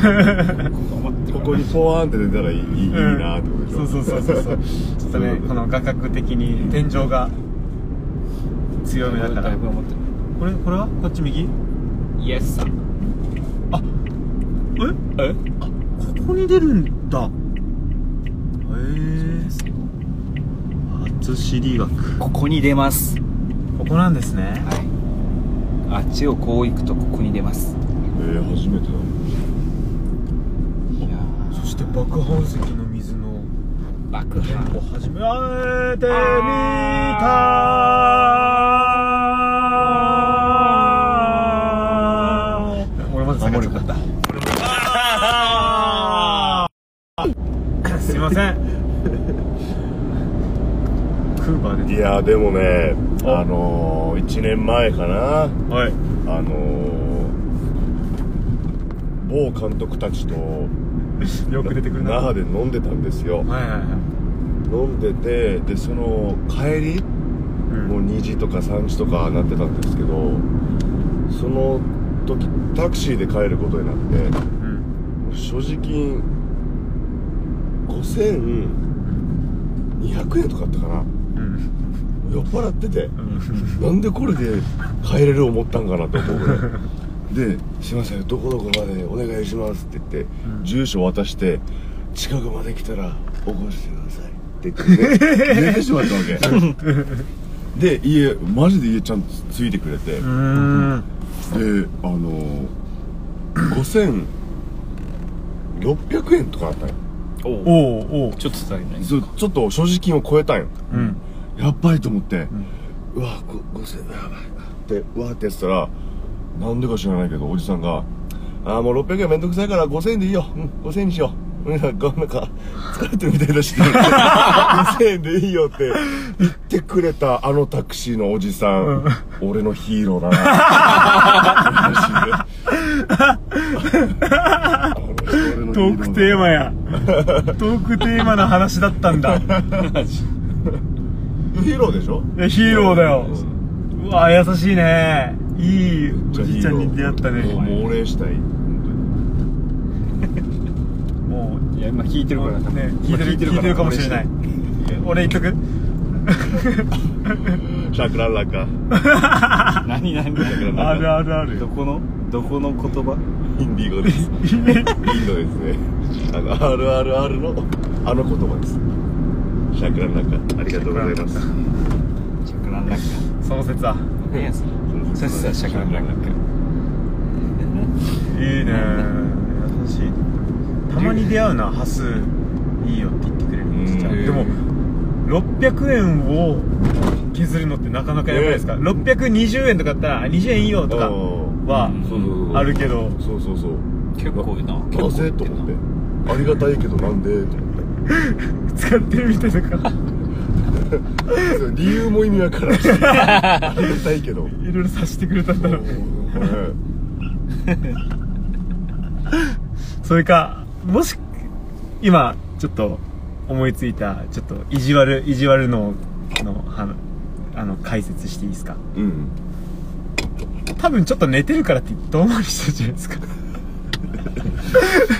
Speaker 3: こにポワーンって出たらいい,、いいなってことでし
Speaker 2: そ
Speaker 3: ょ
Speaker 2: うそうそうそう そうちょっとねこの画角的に天井が強めだか
Speaker 1: だ
Speaker 2: ら
Speaker 1: いぶ思ってる
Speaker 2: これこれはこっち右
Speaker 1: イエスさん
Speaker 2: えこ
Speaker 1: え
Speaker 2: こに出るんだへえ初知り学
Speaker 1: ここに出ます
Speaker 2: ここなんですね
Speaker 1: はいあっちをこう行くとここに出ます
Speaker 3: えー、初めて
Speaker 1: い
Speaker 3: だ
Speaker 1: や
Speaker 2: そして爆破石の水の
Speaker 1: 爆
Speaker 2: 店
Speaker 1: 破
Speaker 2: 舗始められてみた俺まだ下がっちゃったすいませんクーバー
Speaker 3: い
Speaker 2: で
Speaker 3: やーでもね
Speaker 2: あ
Speaker 3: あのー、1年前かなあ
Speaker 2: はい
Speaker 3: のー、某監督たちと
Speaker 2: よく出てくるな
Speaker 3: 那
Speaker 2: はい
Speaker 3: 覇で飲んでたんですよ
Speaker 2: はいはい
Speaker 3: 飲んでてでその帰
Speaker 2: う
Speaker 3: り
Speaker 2: ん
Speaker 3: もう2時とか3時とかなってたんですけどその時タクシーで帰ることになって
Speaker 2: うん
Speaker 3: 所持金5200円とかあったかな
Speaker 2: うん
Speaker 3: 酔っ払ってて
Speaker 2: うん
Speaker 3: なんでこれで帰れる思ったんかなと思うぐらい で「すいませんどこどこまでお願いします」って言っ
Speaker 2: ん
Speaker 3: て、住所渡して「近くまで来たら起こしてください」って言って、 ね、寝てしまったわけで家マジで家ちゃんとついてくれて、
Speaker 2: うーん
Speaker 3: であのー、5600円とかあったんよ
Speaker 1: おお
Speaker 2: おうおう
Speaker 1: ちょっと足りない
Speaker 3: そうちょっと所持金を超えたんよ
Speaker 2: うん
Speaker 3: やばいと思って、うわご5000円やばいってうわーってやってたらなんでか知らないけどおじさんが「ああもう600円めんどくさいから5000円でいいよ、うん、5000円にしよう」うんなんかなんか疲れてるみたい だし5000円でいいよって言ってくれたあのタクシーのおじさん、俺のヒーローだなマジであの人俺のヒーローだ
Speaker 2: ト
Speaker 3: な
Speaker 2: ークテーマやトークテーマの話だったんだ
Speaker 3: ヒーローでしょ
Speaker 2: いやヒーローだようわ優しいねいいお
Speaker 3: めっ
Speaker 2: じいちゃんに出会ったね
Speaker 3: もうもうお礼したい
Speaker 2: も
Speaker 1: いや今弾いて
Speaker 2: う
Speaker 1: るから
Speaker 2: ね聞いてる聞いてるかもしれない俺一曲
Speaker 3: シャクラ ラカ
Speaker 1: 何何
Speaker 2: あるあるある
Speaker 1: どこのどこの言葉
Speaker 3: インディゴですインドですねあの RRR のあの言葉ですシャクララカありがとうございます
Speaker 1: シャクランラッ
Speaker 2: その説だ
Speaker 1: カ何やそれそれさシャクランラッカ
Speaker 2: いいね優しいたまに出会うなハスいいよって言ってくれるおじいちゃ
Speaker 3: うん
Speaker 2: んでも600円を削るのってなかなかやばいですから620円とかだったらあ20円いいよとかは
Speaker 1: うん
Speaker 3: そうそうそう
Speaker 2: あるけど
Speaker 3: そうそうそう
Speaker 1: 結構いいな
Speaker 3: なぜと思ってありがたいけどなんでと思っ
Speaker 2: 使ってるみたいだから
Speaker 3: てそう理由も意味わから んしありがたいけど
Speaker 2: いろいろさしてくれたんだろうねそれかもし今ちょっと思いついたちょっと意地悪意地悪ののあのあの解説していいですか
Speaker 3: うん
Speaker 2: 多分ちょっと寝てるからって遠回りしたじゃないです か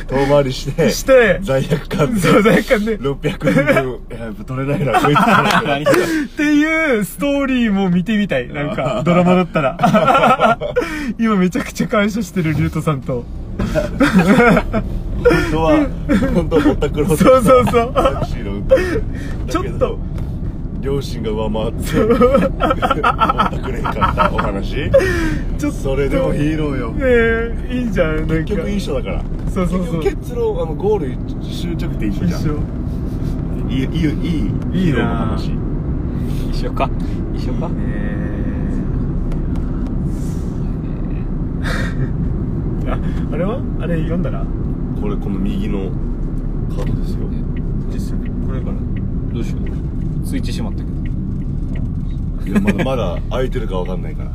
Speaker 3: 遠回りして
Speaker 2: して
Speaker 3: 罪悪感で
Speaker 2: そう罪悪感で
Speaker 3: 600 円分やっぱ取れないなこいつら
Speaker 1: 何それ
Speaker 2: っていうストーリーも見てみたいなん かドラマだった ら今めちゃくちゃ感謝してるリュウトさんと
Speaker 3: 本当は本当はぼったくろうと
Speaker 2: そうそう
Speaker 3: し
Speaker 2: そう
Speaker 3: たタクシーの運転
Speaker 2: ちょっと
Speaker 3: だけど両親が上回ってぼったくれんかったお話
Speaker 2: ちょっと
Speaker 3: それでもヒーローよ
Speaker 2: ねえいいじゃんなんか
Speaker 3: 結局一緒だから
Speaker 2: そうそうそう
Speaker 3: 結局結論あのゴール終着点一緒じゃ
Speaker 2: 一緒
Speaker 3: んいいいいいいヒーローの話
Speaker 2: いい
Speaker 1: 一緒か一緒か
Speaker 2: ああれはあれ読んだら
Speaker 3: これこの右のカードですよ
Speaker 2: ですよねこれ
Speaker 1: だからどうしようついてしまったけど
Speaker 3: いやまだまだ空いてるかわかんないから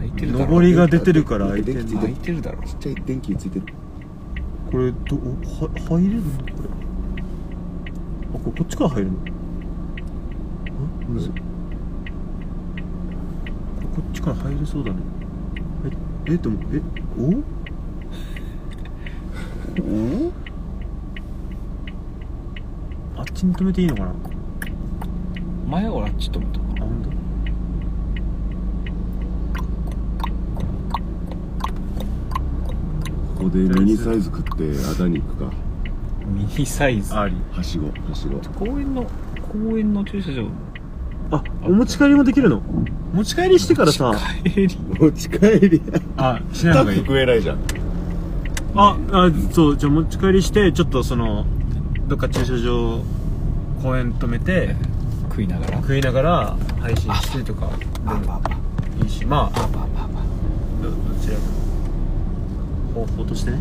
Speaker 1: 開いてるだろ
Speaker 2: 上りが出てるから開いてん
Speaker 3: ち
Speaker 2: の
Speaker 1: 開いてるだろ
Speaker 3: っちゃい電気ついてる
Speaker 2: これどおは入れるのこれあこれこっちから入るのんむずいこれこっちから入れそうだねええでもえ おおあっちに止めていいのかな
Speaker 1: 前は俺あっちと思った
Speaker 2: あ本当。
Speaker 3: ここでミニサイズ食ってあだに行くか
Speaker 1: ミニサイズ
Speaker 2: あり
Speaker 3: はしごはしご
Speaker 1: 公園の公園の駐車場
Speaker 2: あお持ち帰りもできるの持ち帰りしてからさ
Speaker 1: 帰り
Speaker 3: 持ち帰り
Speaker 2: あしない
Speaker 3: タ
Speaker 2: 方がい
Speaker 3: ック
Speaker 2: い
Speaker 3: 食えないじゃん
Speaker 2: ああそうじゃあ持ち帰りしてちょっとそのどっか駐車場公園止めて
Speaker 1: 食いながら
Speaker 2: 食いながら配信してとか
Speaker 1: あああ
Speaker 2: いいしまあ
Speaker 1: あああ
Speaker 2: どどちらかの方法としてね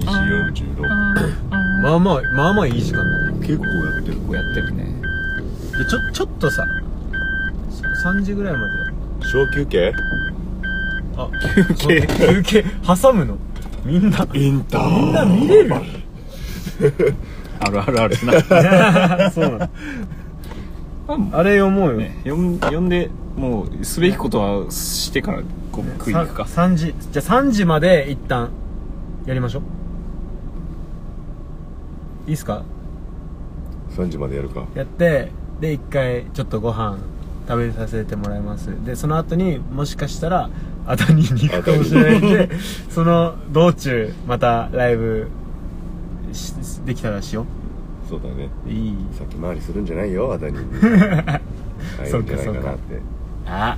Speaker 3: 2046
Speaker 2: まあまあまあまあいい時間だね
Speaker 3: 結構やってる
Speaker 1: こうやってるね
Speaker 2: でちょちょっとさ3時ぐらいま
Speaker 3: 小休憩
Speaker 2: で休憩休憩挟むのみんな
Speaker 3: インター
Speaker 2: みんな見れる
Speaker 1: あるあるあるな
Speaker 2: そうなのあれ思うよ、
Speaker 1: ね呼ん呼んでもうすべきことはしてからこう食いに行くか
Speaker 2: さ3時じゃあ3時まで一旦やりましょういいっすか
Speaker 3: 3時までやるか
Speaker 2: やってで一回ちょっとご飯食べさせてもらいますでその後にもしかしたら熱海に行くかもしれないんで その道中またライブしできたらしよ
Speaker 3: そうだね
Speaker 2: ういい
Speaker 3: 先回りするんじゃないよあだに 会えるんじゃないかなって
Speaker 2: あ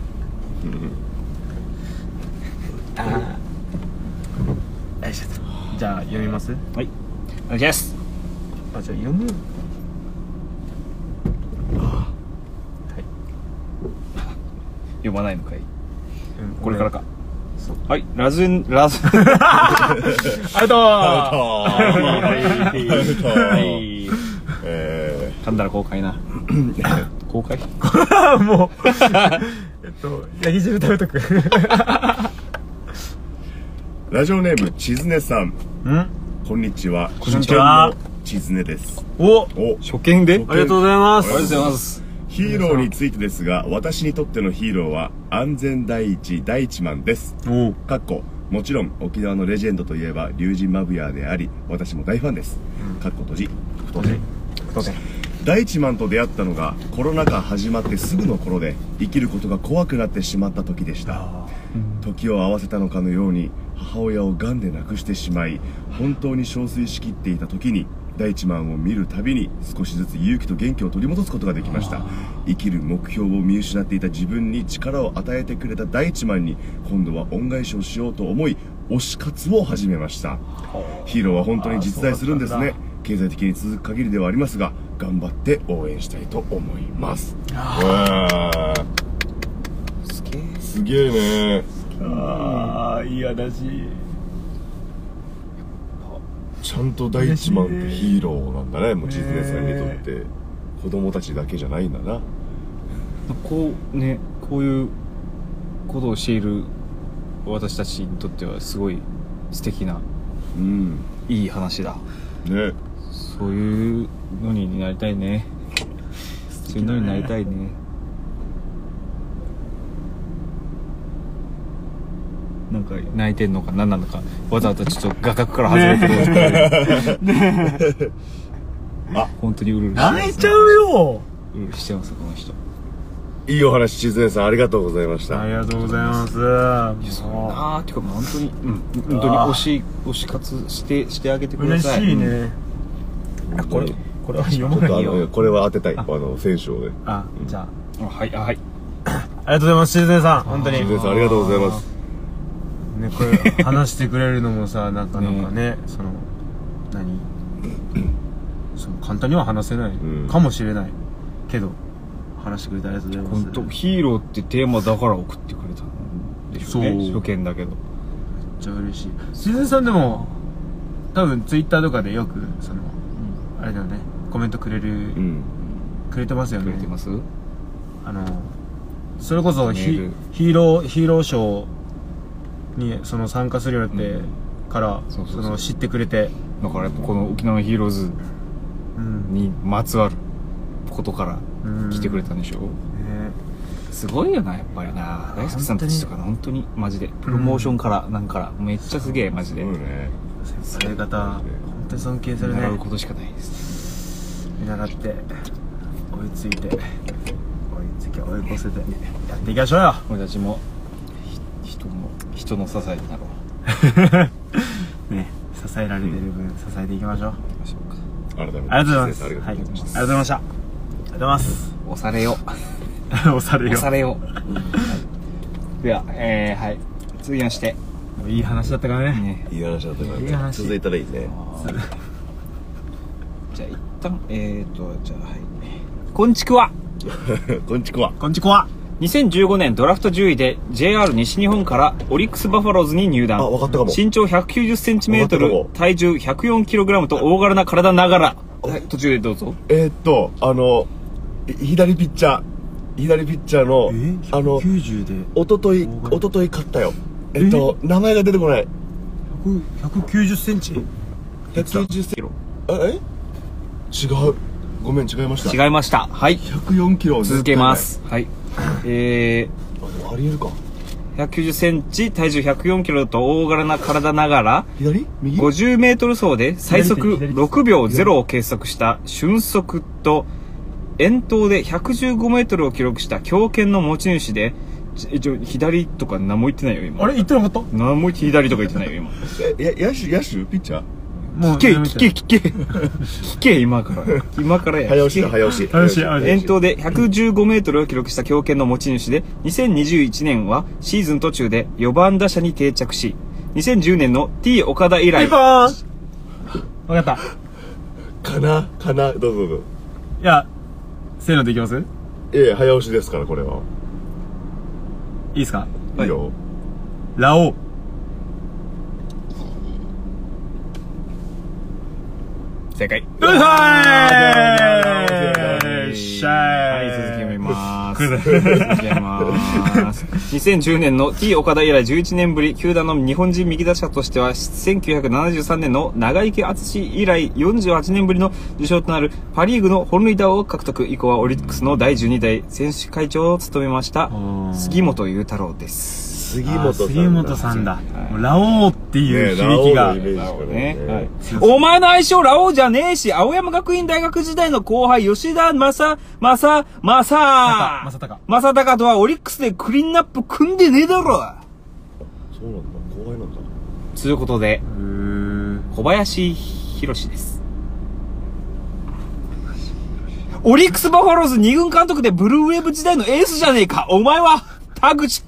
Speaker 2: あよいしょじゃあ読みます
Speaker 1: はいお願いします
Speaker 2: あじゃあ読む
Speaker 1: 読まないのかい
Speaker 2: うん
Speaker 1: これからか
Speaker 2: そう
Speaker 1: はいラズンラ ズン
Speaker 2: アウトー
Speaker 3: アウト
Speaker 1: はい
Speaker 3: え
Speaker 1: 噛んだら公開な公開
Speaker 2: あもうえっとヤギ汁食べとく
Speaker 3: ーラジオネームちずねさん
Speaker 2: うん
Speaker 3: こんにちはこ
Speaker 2: んにちは
Speaker 3: ちずねです
Speaker 2: お
Speaker 3: お
Speaker 1: 初見であり
Speaker 2: ありがとうございま
Speaker 1: が
Speaker 2: す
Speaker 1: とうございます
Speaker 3: ヒーローについてですが私にとってのヒーローは安全第一第一マンです
Speaker 2: おう
Speaker 3: かっこもちろん沖縄のレジェンドといえば龍神マブヤーであり私も大ファンですかっこ閉じ太ね
Speaker 2: そうね
Speaker 3: 第一マンと出会ったのがコロナ禍始まってすぐの頃で生きることが怖くなってしまった時でした時を合わせたのかのように母親を癌で亡くしてしまい本当に憔悴しきっていた時に第一マンを見るたびに少しずつ勇気と元気を取り戻すことができました生きる目標を見失っていた自分に力を与えてくれた第一マンに今度は恩返しをしようと思い推し活を始めましたヒーローは本当に実在するんです
Speaker 2: あーそうだ
Speaker 3: ね
Speaker 2: った
Speaker 3: 経済的に続く限りではありますが頑張って応援したいと思います
Speaker 1: すげえ
Speaker 3: すげえね
Speaker 2: ああいい話
Speaker 3: ちゃんと第一マンってヒーローなんだねもう実年さんにとって、子供たちだけじゃないんだな
Speaker 1: こうねこういうことをしている私たちにとってはすごい素敵な
Speaker 3: うん
Speaker 1: いい話だ
Speaker 3: ね
Speaker 1: そういうのになりたいねそういうのになりたいねなんか泣いてんのか何なのかわざわざちょっと画角から外れてる
Speaker 3: あ
Speaker 1: 本当にうるうるしてます
Speaker 2: 泣いちゃうよ
Speaker 1: うるうるしてますこの人
Speaker 3: いいお話静音さんありがとうございました
Speaker 2: ありがとうございます
Speaker 1: いやそうだ
Speaker 2: も
Speaker 1: なーっていうかもう本当に、うん、本当に
Speaker 2: あー
Speaker 1: 推し推し活してしてあげて
Speaker 2: う
Speaker 1: くだ
Speaker 2: 嬉
Speaker 1: さい
Speaker 2: しいね
Speaker 1: あこれ
Speaker 3: ち
Speaker 2: これは読ま
Speaker 3: ょっと
Speaker 2: な
Speaker 3: あ
Speaker 2: いよ
Speaker 3: のこれは当てたいあ
Speaker 2: あ
Speaker 3: の選手をね
Speaker 2: あじゃあ
Speaker 1: あはいあはい
Speaker 2: ありがとうございます静音さん本当に
Speaker 3: 静音さんありがとうございます
Speaker 2: ねこれ話してくれるのもさ なかなかねその何その簡単には話せない
Speaker 3: うん
Speaker 2: かもしれないけど話してくれてありがとうございます
Speaker 1: 本当ヒーローってテーマだから送ってくれたんでしょうね
Speaker 2: そう
Speaker 1: 初見だけど
Speaker 2: めっちゃ嬉しい静江さんでも多分ツイッターとかでよくそのあれだよねコメントくれる、
Speaker 3: うん
Speaker 2: くれてますよ
Speaker 1: くれ
Speaker 2: ね
Speaker 1: てます
Speaker 2: あのそれこそヒ
Speaker 1: メール
Speaker 2: ヒーローヒーローショーにその参加するようになって
Speaker 1: うん
Speaker 2: から、
Speaker 1: そうそうそう
Speaker 2: の知ってくれて
Speaker 1: だからやっぱこの沖縄のヒーローズ
Speaker 2: うん、
Speaker 1: にまつわることから
Speaker 2: うん
Speaker 1: 来てくれ
Speaker 2: ね
Speaker 1: たんでしょすごいよなやっぱりな大輔さんたちとか本当にマジでプロモーションからなんからめっちゃすげえマジ
Speaker 3: す
Speaker 1: で
Speaker 3: ごいね
Speaker 2: 先輩方本当に尊敬するね
Speaker 1: 習うことしかないです
Speaker 2: 見習って追いついて追いつき追い越せてやっていきましょうよ
Speaker 1: 俺たちもひ人の人の支えになろう
Speaker 2: ね支えられてる分、支えていきましょう
Speaker 1: 行きましょうか
Speaker 3: 改めて
Speaker 2: ありがとうございます。
Speaker 3: 静音さんありがとうございます
Speaker 2: はい、ありがとうございました。ありがとうございます。
Speaker 1: 押されよ
Speaker 2: 押さ
Speaker 1: 押
Speaker 2: れよ。
Speaker 1: されよ、はいではえー、はい続きまして、
Speaker 2: いい話だったからね。
Speaker 1: ね
Speaker 3: いい話だったから
Speaker 2: いい
Speaker 3: ね
Speaker 2: 話
Speaker 3: 続いたらいいね
Speaker 1: じゃあ一旦えーとじゃあはいこんちくわ
Speaker 3: こんちくわ
Speaker 2: こんちこわ。
Speaker 1: 2015年ドラフト10位で JR 西日本からオリックス・バファローズに入団
Speaker 3: あわかったかも
Speaker 1: 身長 190cm
Speaker 3: わかったかも
Speaker 1: 体重 104kg と大柄な体ながら、はい、途中でどうぞ
Speaker 3: えーっとあのい左ピッチャー左ピッチャーのあの
Speaker 2: 九十で
Speaker 3: 一昨日
Speaker 2: 大柄
Speaker 3: 一昨日勝ったよえっと名前が出てこない
Speaker 2: 百九十センチ。
Speaker 3: 190センチえ違うごめん違いました
Speaker 1: 違いましたはい
Speaker 3: 104キロ
Speaker 1: 続けますはいえー
Speaker 3: あでもありえるか
Speaker 1: 190センチ、体重104キロと大柄な体ながら、
Speaker 3: 左右
Speaker 1: 50メートル走で最速
Speaker 2: 左手
Speaker 1: 6秒0を計測した瞬足と、遠投で115メートルを記録した強肩の持ち主で、ち一応左とか何も言ってないよ、今。
Speaker 2: あれ言ってなかった？
Speaker 1: 何も言って左とか言ってないよ、今。
Speaker 3: えや野手野手ピッチャー
Speaker 2: もう
Speaker 1: 聞け、聞け、聞け。聞け、今から。今からや。
Speaker 3: 早押しだ早押し
Speaker 2: 早押しあれ
Speaker 1: 遠投で115メートルを記録した強肩の持ち主で、2021年はシーズン途中で4番打者に定着し、2010年の T 岡田以
Speaker 2: ピ
Speaker 1: 来
Speaker 2: ン、ポーン。わかった。
Speaker 3: かなかなどうぞどうぞ
Speaker 2: いや、せーのでいきます？い
Speaker 3: ええ早押しですからこれはい
Speaker 2: ですか？
Speaker 1: はい
Speaker 3: いいよ
Speaker 2: ラオウ。
Speaker 1: 正解。
Speaker 2: うは
Speaker 1: はい
Speaker 2: ーい。しゃ
Speaker 1: はい、続き
Speaker 2: ー
Speaker 1: 読み
Speaker 2: い。
Speaker 1: ます。続き読みます。2010年の T 岡田以来11年ぶり、球団の日本人右打者としては、1973年の長池敦以来48年ぶりの受賞となるパリーグの本塁打王を獲得。以降はオリックスの第12代選手会長を務めました
Speaker 2: う、ん
Speaker 1: 杉本裕太郎です。
Speaker 3: 杉
Speaker 2: あー
Speaker 3: 本さん
Speaker 2: 杉本さんだ。もうラオウっていう
Speaker 3: ねラオウ
Speaker 2: 響きが
Speaker 3: のイ。メージしかないね
Speaker 1: はいお前の愛称ラオウじゃねえし、青山学院大学時代の後輩、吉田正、正、正、
Speaker 2: 正隆
Speaker 1: 正隆とはオリックスでクリーンナップ組んでねえだろ
Speaker 3: そうなんだ後輩なんだ
Speaker 1: ということで、
Speaker 2: うー
Speaker 1: 小林博士です。オリックスバファローズ2軍監督でブルーウェーブ時代のエースじゃねえかお前は、田口、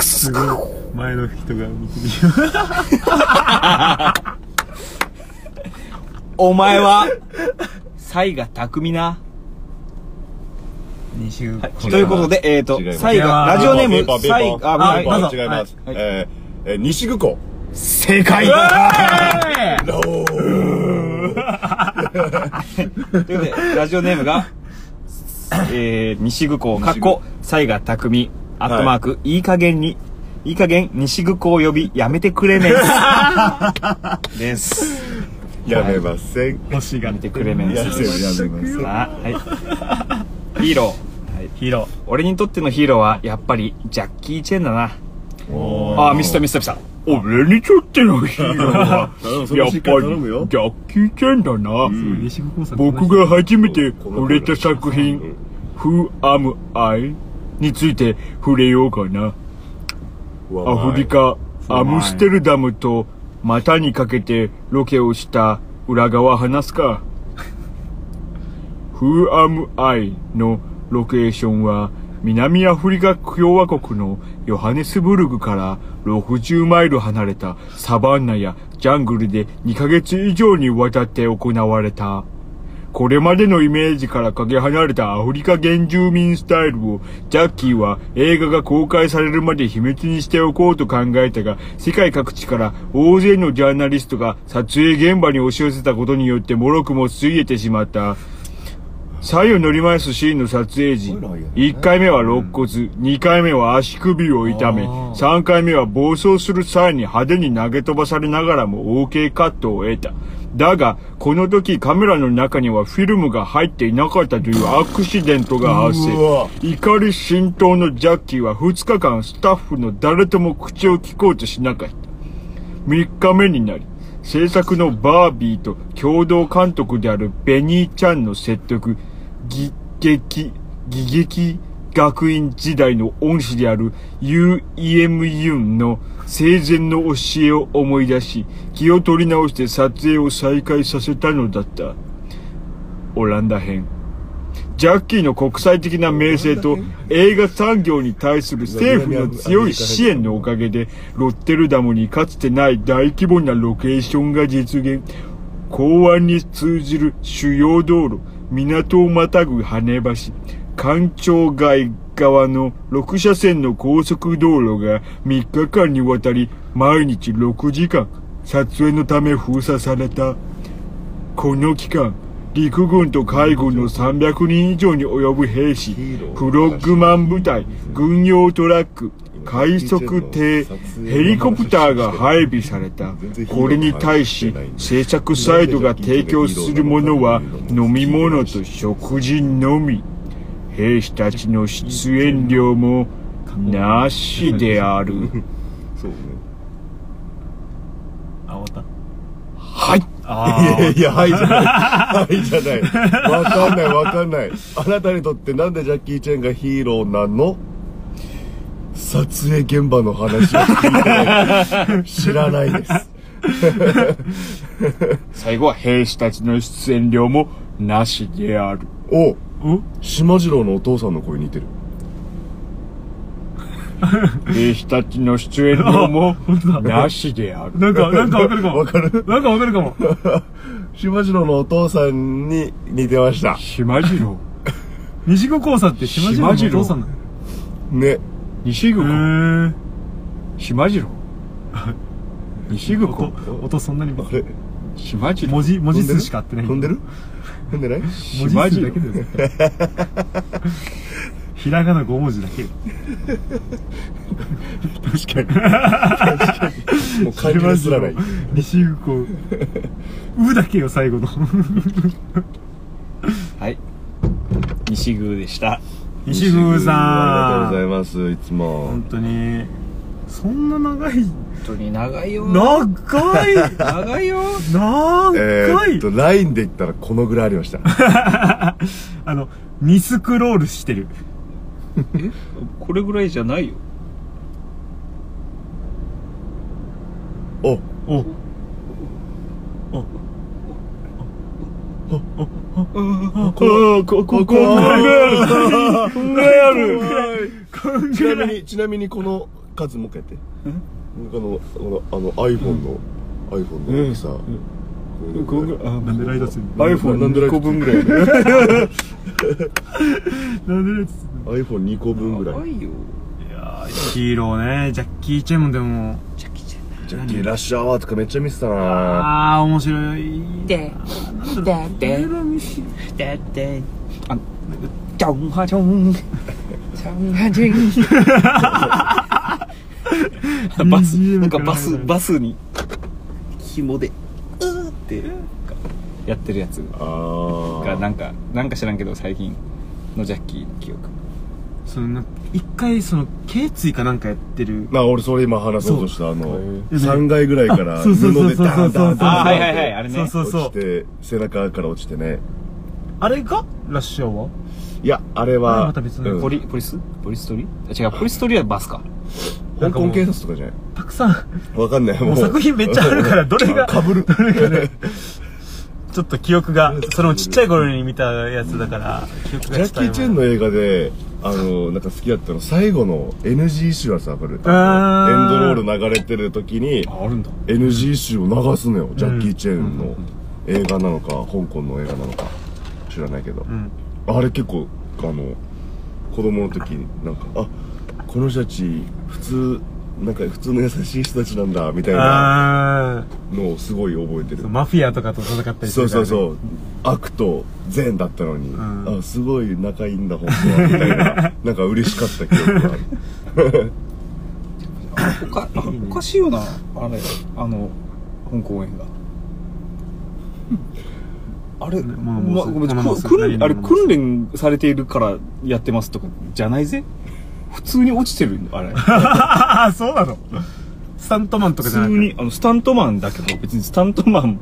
Speaker 2: すごい前の人が見てみよう
Speaker 1: お前は、西賀匠な。
Speaker 2: 2週間
Speaker 1: ということで、えっ、ー、と、
Speaker 3: 違います
Speaker 1: 西賀、ラジオネー
Speaker 3: ピンポ
Speaker 1: ム、
Speaker 3: ンピンポン
Speaker 1: 西賀、
Speaker 2: あ
Speaker 1: は
Speaker 3: ピ
Speaker 1: い
Speaker 3: ンポン
Speaker 2: どうぞ
Speaker 3: 違います
Speaker 1: はい
Speaker 3: えーえー西久子
Speaker 1: 正解
Speaker 3: ラオウ
Speaker 1: ということで、ラジオネームが、えー、西具港、かっ
Speaker 3: 西久
Speaker 1: こ、西賀匠、アットマーク、い、い加減に、いい加減、西具港を呼び、やめてくれ ねえ。です。
Speaker 3: やめません
Speaker 2: 星が
Speaker 1: やめてくれね
Speaker 3: やめません
Speaker 1: え。
Speaker 3: やめません
Speaker 1: さあ、はい。ヒーロー。はい、
Speaker 2: ヒーロ
Speaker 1: 俺にとってのヒーローは、やっぱり、ジャッキー・チェンだな。あー、ミスったミスったミスった。
Speaker 4: 俺にとってのヒーロー は
Speaker 3: 頼む、そ
Speaker 4: や
Speaker 3: の
Speaker 4: っ
Speaker 3: しっ
Speaker 4: ぱ
Speaker 3: かり頼むよ
Speaker 4: り、ジャッキー・チェンだな。
Speaker 3: うん
Speaker 2: 西国さん
Speaker 4: 僕が初めて
Speaker 3: この
Speaker 4: 触れた作
Speaker 3: う
Speaker 4: 品
Speaker 3: ん
Speaker 4: 「Who Am I?」について触れようかなアフリカアムステルダムと股にかけてロケをした裏側話すか「Who Am I?」のロケーションは南アフリカ共和国のヨハネスブルグから60マイル離れたサバンナやジャングルで2ヶ月以上にわたって行われた。これまでのイメージからかけ離れたアフリカ原住民スタイルをジャッキーは映画が公開されるまで秘密にしておこうと考えたが世界各地から大勢のジャーナリストが撮影現場に押し寄せたことによってもろくもついえてしまった左右乗り回すシーンの撮影
Speaker 3: す
Speaker 4: 時
Speaker 3: ごいのあるよね
Speaker 4: 1回目は肋骨2回目は足首を痛め
Speaker 2: あー
Speaker 4: 3回目は暴走する際に派手に投げ飛ばされながらも OK カットを得た。だが、この時カメラの中にはフィルムが入っていなかったというアクシデントが発生
Speaker 3: うわ。
Speaker 4: 怒り心頭のジャッキーは2日間スタッフの誰とも口を聞こうとしなかった。3日目になり、制作のバービーと共同監督であるベニーちゃんの説得、ぎ劇、ぎ劇学院時代の恩師であるユー・イエム・ユンの生前の教えを思い出し、気を取り直して撮影を再開させたのだった。オランダ編。ジャッキーの国際的な名声と映画産業に対する政府の強い支援のおかげで、ロッテルダムにかつてない大規模なロケーションが実現。港湾に通じる主要道路、港をまたぐ跳ね橋、官庁街側の6車線の高速道路が3日間にわたり毎日6時間撮影のため封鎖された。この期間、陸軍と海軍の300人以上に及ぶ兵士、フロッグマン部隊、軍用トラック、快速艇、ヘリコプターが配備された。これに対し、制作サイドが提供するものは飲み物と食事のみ。兵士たちの出演料もなしである。
Speaker 3: そうね
Speaker 2: あ終わっ
Speaker 4: はい。
Speaker 2: たあ
Speaker 3: いやいや、はいじゃない。はいじゃない。わかんない、わかんない。あなたにとってなんでジャッキー・チェンがヒーローなの撮影現場の話を聞いてない。知らないです。
Speaker 4: 最後は兵士たちの出演料もなしである。
Speaker 3: お
Speaker 2: ーん
Speaker 3: 島次郎のお父さんの声似てる。
Speaker 4: 兵士たちちの出 演料もなしである。
Speaker 2: なんかなんかわかるかも
Speaker 3: わかる
Speaker 2: なんかわかるかも
Speaker 3: 島次郎のお父さんに似てました。
Speaker 4: 島次郎、
Speaker 2: 西国交差って島次郎のお父さんなの
Speaker 3: ね。
Speaker 4: 西
Speaker 2: へ
Speaker 4: 口、
Speaker 2: ー
Speaker 4: 島次郎、西口、
Speaker 2: 音音そんなに
Speaker 3: あれ
Speaker 4: 島次郎
Speaker 2: 文、字文字
Speaker 3: 飛んでる
Speaker 2: 数しか合ってない
Speaker 3: 飛 んでる飛んでない
Speaker 2: 文
Speaker 4: 島
Speaker 2: 字数
Speaker 4: 次
Speaker 2: だ
Speaker 4: 郎
Speaker 2: け、だよひらがな5文字だけ
Speaker 3: 確かに。もう漢字がすらない。
Speaker 2: 西右 こううだけよ最後の
Speaker 1: はい西宮でした
Speaker 2: 西宮さん
Speaker 3: ありがとうございます、いつも
Speaker 2: 本。当にそんな長い
Speaker 1: 本当に長いよ
Speaker 2: 長い
Speaker 1: 長いよ
Speaker 3: え
Speaker 2: 長
Speaker 3: ー、
Speaker 2: い
Speaker 3: っと、ラインで言ったらこのぐらいありました。
Speaker 2: あの2スクロールしてる
Speaker 1: えこれぐらいじゃないよ
Speaker 3: お、
Speaker 2: おお
Speaker 3: こ、こ、こ、こ、こんぐらいある。こんぐらいある。ちなみに、ちなみにこの数もう一回やって。この、この、あの iPhone の、iPhone の大きさ。こんぐらい。
Speaker 2: なんでライトつんの
Speaker 4: iPhone2 個分ぐらい。
Speaker 2: なんでライトつん
Speaker 3: iPhone2 個分ぐら
Speaker 1: 長
Speaker 3: い。
Speaker 1: いよ
Speaker 2: のいやーヒーローねジャッキー・チェンもでも
Speaker 1: ジャッキーちゃんな
Speaker 3: ジャッキーラッシュアワーとかめっちゃ見てたな
Speaker 2: ああ面白い
Speaker 1: で
Speaker 2: なんだろう
Speaker 1: でででであジョンハジョンジョンハジョンバス
Speaker 2: BGM
Speaker 1: なんかバ
Speaker 2: か
Speaker 1: ス
Speaker 2: ら
Speaker 1: バスに紐でうーってなんかやってるやつ
Speaker 3: あー
Speaker 1: がなんかなんか知らんけど最近のジャッキーの記憶
Speaker 2: そのな一回その頸椎かなんかやってる
Speaker 3: まあ俺それ今話そうとしたあの
Speaker 2: え
Speaker 3: 3階ぐらいから
Speaker 2: あ
Speaker 3: 布
Speaker 2: そうそうそう
Speaker 3: で
Speaker 2: そう
Speaker 3: ダンダンダン
Speaker 2: そう
Speaker 1: あ
Speaker 3: ダ
Speaker 1: ーはいはい
Speaker 3: ンっ
Speaker 1: はいあれね
Speaker 2: あそうそう
Speaker 3: 落
Speaker 2: そう
Speaker 3: ちて背中から落ちてね
Speaker 2: あれがラッシュアワー
Speaker 3: いやあれ
Speaker 2: あれ
Speaker 3: は
Speaker 2: また別の
Speaker 3: うん
Speaker 1: ポリポリスポリストリあ違うポリストリはバスか
Speaker 3: 香港警察とかじゃない
Speaker 2: たくさん
Speaker 3: わかんない
Speaker 2: もう作品めっちゃある からどれが
Speaker 3: かぶる
Speaker 2: どれがねちょっと記憶がそのちっちゃい頃に見たやつだから記憶
Speaker 3: ジャ
Speaker 2: が
Speaker 3: ッキー・チェンの映画で、あの、なんか好きだったの、最後の NG 集あるさ、これ。エンド
Speaker 2: あー
Speaker 3: ロール流れてる時に、
Speaker 1: ああるんだ
Speaker 3: NG 集を流すのよ。ジャッキー・チェンの映画なのか、香港の映画なのか、知らないけど
Speaker 2: う。ん
Speaker 3: あれ結構、あの、子供の時に、なんか、あ、この人たち、普通、なんか普通の優しい人たちなんだ、みたい
Speaker 2: あ
Speaker 3: なのをすごい覚えてる
Speaker 2: あ。マフィアとかと戦ったりす
Speaker 3: そ
Speaker 2: る
Speaker 3: う
Speaker 2: から
Speaker 3: そう
Speaker 2: ね
Speaker 3: そう悪と善だったのに、
Speaker 2: ん
Speaker 3: あすごい仲いいんだ本当はみ たいななんか嬉しかった記憶がある
Speaker 1: おかおかしいよなあれあの香港映画あれ、
Speaker 2: まあ
Speaker 1: ま
Speaker 2: も
Speaker 1: あ、
Speaker 2: う
Speaker 1: ごめん
Speaker 2: まあまあ
Speaker 1: く訓
Speaker 2: そ
Speaker 1: 練
Speaker 2: う
Speaker 1: あれ訓練されているからやってますとかじゃないぜ 普通に落ちてるんだあれ
Speaker 2: ああそうなのスタントマンとか
Speaker 1: 普
Speaker 2: じゃな
Speaker 1: 通
Speaker 2: くて
Speaker 1: にあのスタントマンだけど別にスタントマン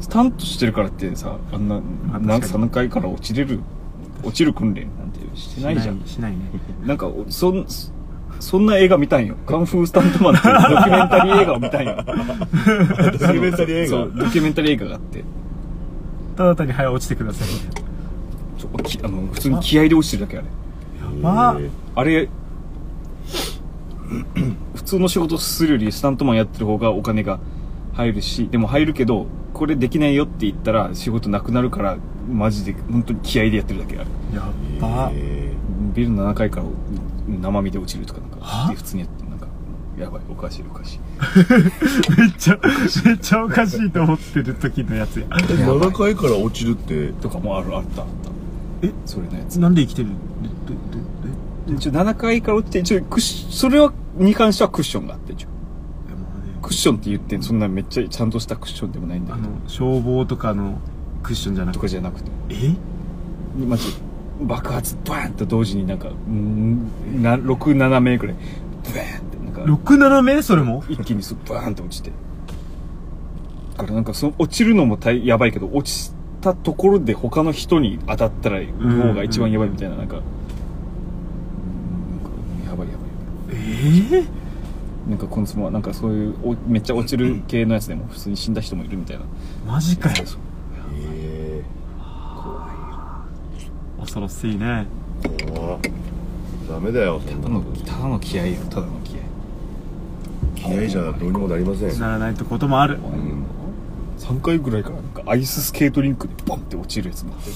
Speaker 1: スタントしてるからってさあんな
Speaker 2: あ
Speaker 1: なんか
Speaker 2: 確かに
Speaker 1: 3階から落ちれる落ちる訓練なんてしてないじゃん
Speaker 2: しないね
Speaker 1: なんかおそんそんな映画見たんよカンフースタントマンっていうドキュメンタリー映画を見たんよ
Speaker 3: ドキュメンタリー映画
Speaker 1: そうドキュメンタリー映画があって
Speaker 2: ただ単に早落ちてください
Speaker 1: ちょきあの普通に気合で落ちてるだけあれ
Speaker 2: まあ
Speaker 3: えー
Speaker 1: あれ普通の仕事するよりスタントマンやってる方がお金が入るしでも入るけどこれできないよって言ったら仕事なくなるからマジで本当に気合でやってるだけあれ
Speaker 2: やっば
Speaker 3: え
Speaker 1: ビルの7階から生身で落ちるとかなんか
Speaker 2: は
Speaker 1: 普通にやってなんかやばいおかしいおかしい
Speaker 2: めっちゃめっちゃおかしいと思ってる時のやつや
Speaker 3: ー7階から落ちるって
Speaker 1: とかもあるあったあった
Speaker 2: え
Speaker 1: それのやつ
Speaker 2: なんで生きてる
Speaker 1: 一応7階から落ちて一応クッションそれはに関してはクッションがあって一応クッションって言ってそんなめっちゃちゃんとしたクッションでもないんだ
Speaker 2: あ
Speaker 1: けど
Speaker 2: の消防とかのクッションじゃな
Speaker 1: と
Speaker 2: く
Speaker 1: か
Speaker 2: て
Speaker 1: じゃなくて
Speaker 2: え
Speaker 1: マジ爆発バーンと同時になんかうんな67名くらいバーンってなんか
Speaker 2: 67名それも
Speaker 1: 一気にすバーンって落ちてだからなんかその落ちるのも大やばいけど落ちたところで他の人に当たったら方が一番やばいみたいななんかうんなんかやばいやばい
Speaker 2: ええ
Speaker 1: なんかこのもなんかそういうおめっちゃ落ちる系のやつでも普通に死んだ人もいるみたいな
Speaker 2: マジかよ
Speaker 3: え
Speaker 2: 恐ろしいね
Speaker 3: ー怖っダメだよそんなの
Speaker 1: ただの気合よただの気合
Speaker 3: 気合じゃどうにもなりません
Speaker 2: ならないってこともある
Speaker 3: うん
Speaker 1: 3回ぐらいからなんかアイススケートリンクでボンって落ちるやつもあって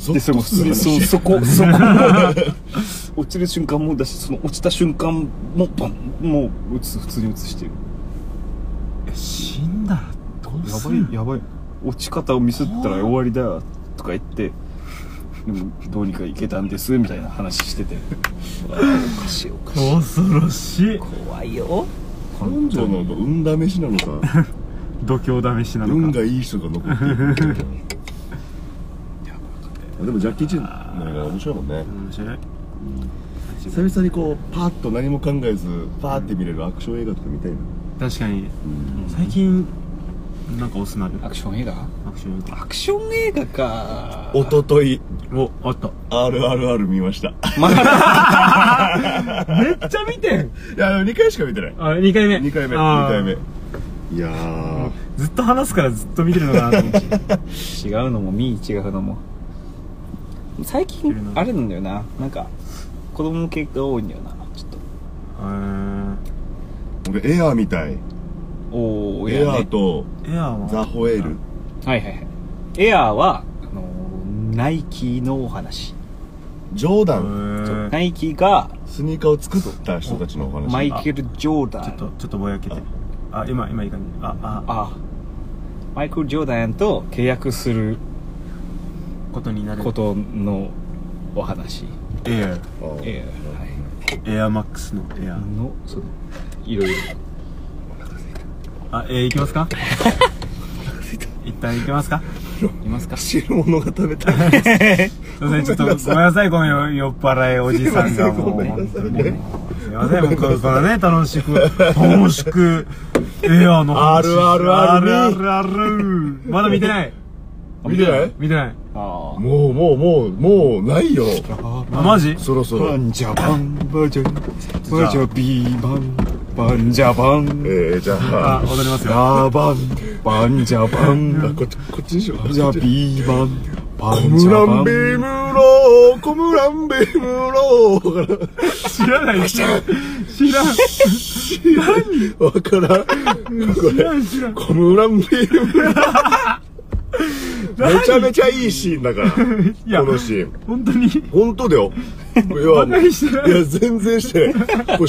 Speaker 3: ゾ
Speaker 1: でそれ
Speaker 3: ッと
Speaker 1: も普通
Speaker 3: する
Speaker 1: にそそ
Speaker 3: 話
Speaker 1: こそこ落ちる瞬間もだしその落ちた瞬間もボンもう打つ普通に打つしてる
Speaker 2: え死んだらどう
Speaker 1: や
Speaker 2: す
Speaker 1: ば
Speaker 2: る
Speaker 1: いやばい落ち方をミスったら終わりだとか言ってでもどうにかいけたんですみたいな話しててうわおかしいおかしい
Speaker 2: 恐ろしい
Speaker 1: 怖いよ
Speaker 3: 根性なのか運試しなの か
Speaker 2: 度胸試しな
Speaker 3: 運
Speaker 2: のか
Speaker 3: がいい人が残ってるみたいなでもジャッキー・チェンの映画面白いもんね
Speaker 2: 面白い
Speaker 3: 久々にこうパッと何も考えずパーって見れるアクション映画とか見たいな
Speaker 2: 確かに最近なんかオスなる
Speaker 1: アクション映画
Speaker 2: アクション
Speaker 1: アクション映画か
Speaker 3: 一昨日
Speaker 2: おあった
Speaker 3: RRR 見ましたい
Speaker 1: まだ
Speaker 2: めっちゃ見てん
Speaker 3: やでも2回しか見てない
Speaker 2: あ2回目
Speaker 3: 2回目
Speaker 2: あ
Speaker 3: 2回
Speaker 2: ー
Speaker 3: 目いやー
Speaker 2: ずっと話すからずっと見てるのかな と思って
Speaker 1: 違うのも見違うのも最近あれなんだよななんか子供向けが多いんだよなちょっ
Speaker 3: 俺エアーみたい
Speaker 1: とおお
Speaker 3: エアーと
Speaker 2: エアーは
Speaker 3: ザ・ホエール
Speaker 1: はいはいはいエアーはあのーナイキのお話、
Speaker 3: ジョーダ
Speaker 2: へ
Speaker 3: ン
Speaker 2: ー
Speaker 1: ナイキが
Speaker 3: スニーカーを作った人たちのお話
Speaker 1: マイケル・ジョーダ
Speaker 2: ちょっと
Speaker 1: ン
Speaker 2: ちょっとぼやけてあ今今いい感じああ
Speaker 1: あマイケル・ジョーダンと契約する
Speaker 2: ことになる
Speaker 1: ことのお話
Speaker 2: エア
Speaker 1: エ
Speaker 3: あー
Speaker 1: アーはい
Speaker 2: エアマックスのエア
Speaker 1: のそのいろいろ
Speaker 2: あえー、いきますかいっ誰行きますか
Speaker 1: いますか
Speaker 3: 汁物が食べたい
Speaker 2: すいません、ちょっとごめんなさい、この酔っ払いおじさんがもう。
Speaker 3: ごめんなさいね
Speaker 2: すいません、もうこのこのね、楽しく、楽しく、エアの話。
Speaker 3: RRR ね
Speaker 2: RRR まだ見てない。
Speaker 3: 見てない
Speaker 2: 見てない。
Speaker 1: ああ
Speaker 3: もうもうもうもうないよ
Speaker 2: あ、マジ
Speaker 3: そろそ
Speaker 4: バ
Speaker 3: ろ
Speaker 4: ンジャバンバジャバジャビーバンバンジャバ
Speaker 3: え
Speaker 4: ン
Speaker 3: ー、じゃ
Speaker 2: あ
Speaker 3: あ、
Speaker 2: 踊りますよ。
Speaker 4: ラバンバンジャバ
Speaker 3: あ
Speaker 4: ン
Speaker 3: こっちこっちにしよう
Speaker 4: バジャビーバンバ
Speaker 3: コ
Speaker 4: ンジ
Speaker 3: ム
Speaker 4: ャ
Speaker 3: ラ
Speaker 4: バ
Speaker 3: ンベ
Speaker 4: ン
Speaker 3: ムローコムランベムロー
Speaker 2: 知らない。知らん。知らん。
Speaker 3: わからんこれ
Speaker 2: 知らん。
Speaker 3: コムランベムローめちゃめちゃいいシーンだから
Speaker 2: いや
Speaker 3: こ、のシーン
Speaker 2: 本当に。
Speaker 3: 本当 だよいや
Speaker 2: バカにしてない
Speaker 3: いや全然してないこれ処刑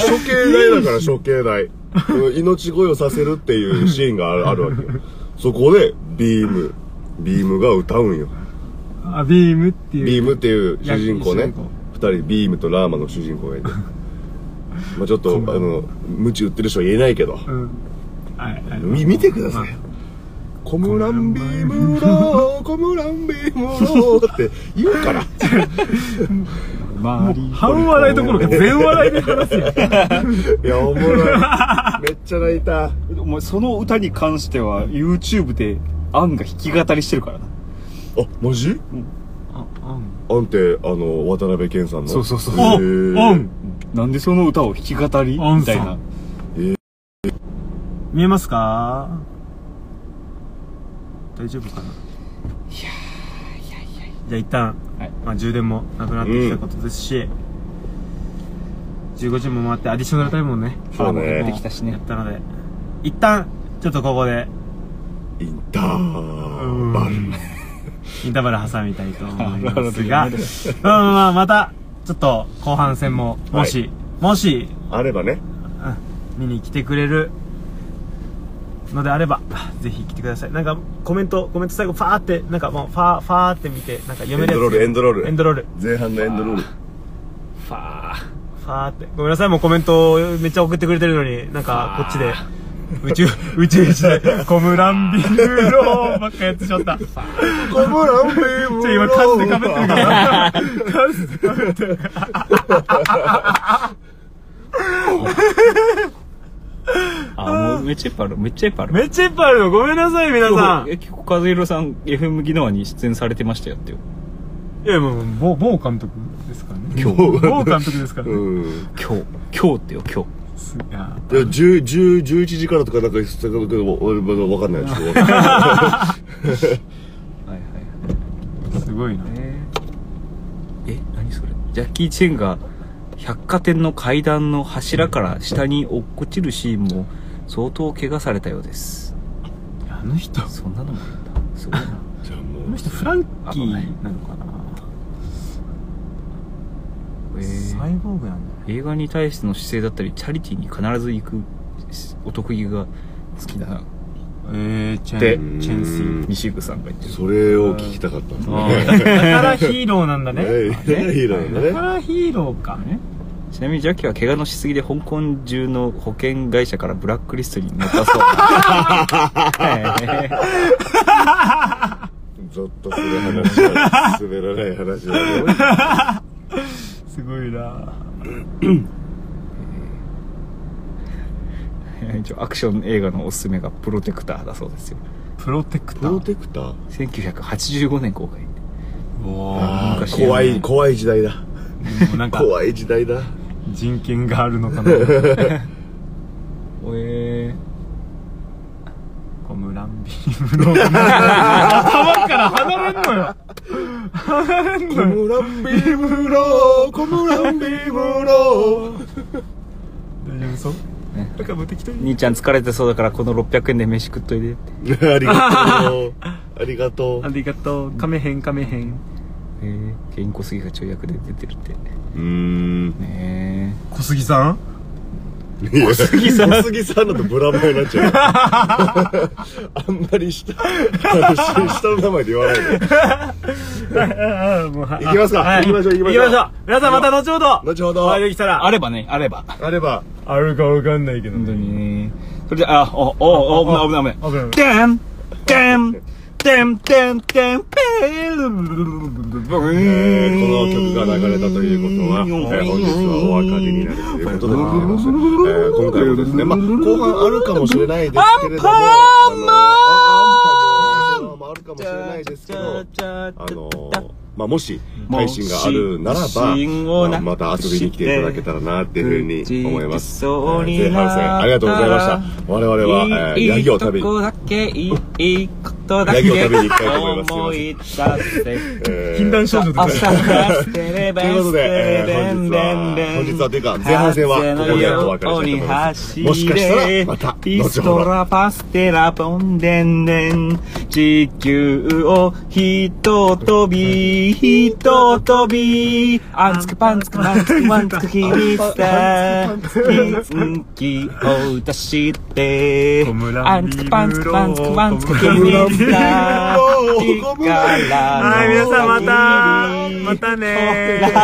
Speaker 3: 台だから処刑台この命乞いをさせるっていうシーンがあるあるわけよそこでビームビームが歌うんよ
Speaker 2: あ、ビームっていう。
Speaker 3: ビームっていう主人公
Speaker 2: いや主人
Speaker 3: ね
Speaker 2: 公
Speaker 3: 二人ビームとラーマの主人公がいてまあちょっとあの無知売ってる人は言えないけど
Speaker 2: うん。はい、はい。
Speaker 3: み見てくださいコムランビームローコムランビームローって言う から
Speaker 4: マリ
Speaker 2: 半笑いどころか全笑 いで話すよ。
Speaker 3: いやおもろいめっちゃ泣いた
Speaker 4: お前その歌に関しては YouTube でアンが弾き語りしてるからな
Speaker 3: あマジ
Speaker 2: あ、あん。
Speaker 3: あんてあの渡辺謙さんの
Speaker 4: そうそうそう
Speaker 3: へ
Speaker 2: お、
Speaker 3: ー
Speaker 2: オン
Speaker 4: なんでその歌を弾き語り
Speaker 2: アン
Speaker 4: み
Speaker 2: さ
Speaker 4: た
Speaker 2: ん
Speaker 4: いな
Speaker 2: 見えますか大丈夫かないやいやいやじゃあ一旦、
Speaker 4: はい
Speaker 2: まあ、充電もなくなってきたことですし、15時も回ってアディショナルタイムもね
Speaker 3: そうね
Speaker 4: 出てきたし
Speaker 2: や
Speaker 4: ね
Speaker 2: ったので一旦ちょっとここで
Speaker 3: インターバル
Speaker 2: インターバル挟みたいと思います
Speaker 4: あ
Speaker 2: が
Speaker 4: るある
Speaker 2: うんまあまたちょっと後半戦ももし、もし
Speaker 3: あればね
Speaker 2: 見に来てくれるのであればぜひ来てくださいなんかコメントコメント最後ファーってなんかもうファーファーって見てなんか読
Speaker 3: エ
Speaker 2: め
Speaker 3: ン
Speaker 2: るや
Speaker 3: ド
Speaker 2: つ
Speaker 3: ロールエンドロール
Speaker 2: エンドロール
Speaker 3: 前半のエンドロール
Speaker 1: ファー
Speaker 2: ファーってごめんなさいもうコメントめっちゃ送ってくれてるのになんかこっちで宇宙宇宙一 でコムランビルローばっかやってしまったちょ
Speaker 3: コムランビームロー
Speaker 2: 今カスでかぶってるからカスで被ってる
Speaker 1: あもうめっちゃいっぱいあるめっちゃいっぱいある
Speaker 2: めっちゃいっぱいあるよごめんなさい皆さん
Speaker 1: え結構和弘さん FM ギノアに出演されてましたよってよ
Speaker 2: いやもう某某監督ですからね
Speaker 3: 今日
Speaker 2: 某監督ですからね
Speaker 3: うん
Speaker 1: 今日今日ってよ今日
Speaker 2: すいや
Speaker 3: いや、10、10 11時からとかなんか言ってたけど、俺まだわかんないですよ。
Speaker 1: はいはい
Speaker 2: すごいな
Speaker 1: え何それジャッキー・チェンが百貨店の階段の柱から下に落っこちるシーンも相当怪我されたようです
Speaker 2: あの人こ
Speaker 1: そんなのもあるんだすごいな
Speaker 3: じゃあも
Speaker 2: の
Speaker 3: う、
Speaker 2: 人フランキーなのかな、
Speaker 1: えー
Speaker 2: サイボーグなんだ
Speaker 1: 映画に対しての姿勢だったりチャリティーに必ず行くお得意が好きだな
Speaker 2: えー、チ
Speaker 1: で
Speaker 2: ェンチェンシー
Speaker 1: 西口さんが言ってる
Speaker 3: それを聞きたかったんです
Speaker 1: あ
Speaker 3: ね。
Speaker 2: だからヒーローなんだね
Speaker 3: ねだからヒーローなんだね
Speaker 2: だからヒーローか
Speaker 1: ね ちなみにジャッキーは怪我のしすぎで香港中の保険会社からブラックリストに載ったそう はい
Speaker 3: ゾッとする話だ。滑らない話だね。
Speaker 2: すごいな
Speaker 1: 一応アクション映画のおすすめがプロテクターだそうですよ
Speaker 2: プロテク
Speaker 3: プ
Speaker 2: タ
Speaker 3: ロ
Speaker 2: ー
Speaker 3: テクター
Speaker 1: 1985年公開
Speaker 2: お
Speaker 3: あ
Speaker 1: 昔
Speaker 3: ー
Speaker 1: の
Speaker 3: 怖い、怖い時代だ。
Speaker 2: ーなんか
Speaker 3: 怖い時代だ。
Speaker 2: 人権があるのかな
Speaker 1: おえ
Speaker 2: コムランビームの頭から離れんのよ離れん
Speaker 3: コ
Speaker 2: のよ
Speaker 3: ムランビームロー、コムランビームロー。
Speaker 2: 大丈夫そう
Speaker 1: ね
Speaker 2: なんか無敵と
Speaker 1: 兄ちゃん疲れてそうだからこの600円で飯食っといでって
Speaker 3: ありがとう。ありがと
Speaker 2: ありがとう噛めへん噛めへん
Speaker 1: えー、ケインコスギがちょい役で出てるって
Speaker 3: う。うーん。
Speaker 1: ね
Speaker 2: 小杉さん
Speaker 3: 小
Speaker 1: 杉さん
Speaker 3: 小杉さんだとブラボーになっち ゃう。あんまり下、下の名前で言わないで。
Speaker 2: 行
Speaker 3: 行きますか行きましょ
Speaker 2: 行きましょ
Speaker 3: う行きましょう
Speaker 2: う皆さんまた後ほど
Speaker 3: 後ほど
Speaker 2: お会いできたら
Speaker 1: あればねあれば
Speaker 3: あれば、
Speaker 2: あるかわかんないけど
Speaker 1: 本当にねそれじゃあおおお危ない危ない危ない
Speaker 2: 危ない
Speaker 1: ダンダン
Speaker 4: てんてんてんぺーる
Speaker 3: えーこの曲が流れたということは、えー本日はお別れになるということでございました。えー今回もですね、まあ、後半あるかもしれないですけれども、あのあアンパンマンもあるかもしれないですけど、あのまあ、もし、配信があるならば、まあ、また遊びに来ていただけたらな、っていうふうに思います。えー前半戦、ありがとうございました。我々は、えー、ヤギを旅に、
Speaker 1: だけいいこと
Speaker 3: だけヤギを食べに行きたいと思います
Speaker 1: 思い出せ
Speaker 3: えー
Speaker 2: 禁断症状で
Speaker 1: 朝
Speaker 2: すね
Speaker 1: がステレベ
Speaker 3: ということで、えー本日は、本日はというか、前半戦は、ここでお別れしたいと思います。もしかしたら、また、
Speaker 1: ピ
Speaker 3: 後
Speaker 1: ス
Speaker 3: ほ
Speaker 1: ト
Speaker 3: ど。
Speaker 1: ラパステラポンデンデン地球をひととびひととびあんつくパンつくマンつくマンつくひみつだ人気を出して
Speaker 2: 小村
Speaker 1: あんつくパンつくマンつくマンつくひみつだ
Speaker 3: 小村
Speaker 1: 力の
Speaker 2: はい皆さんまたまたねー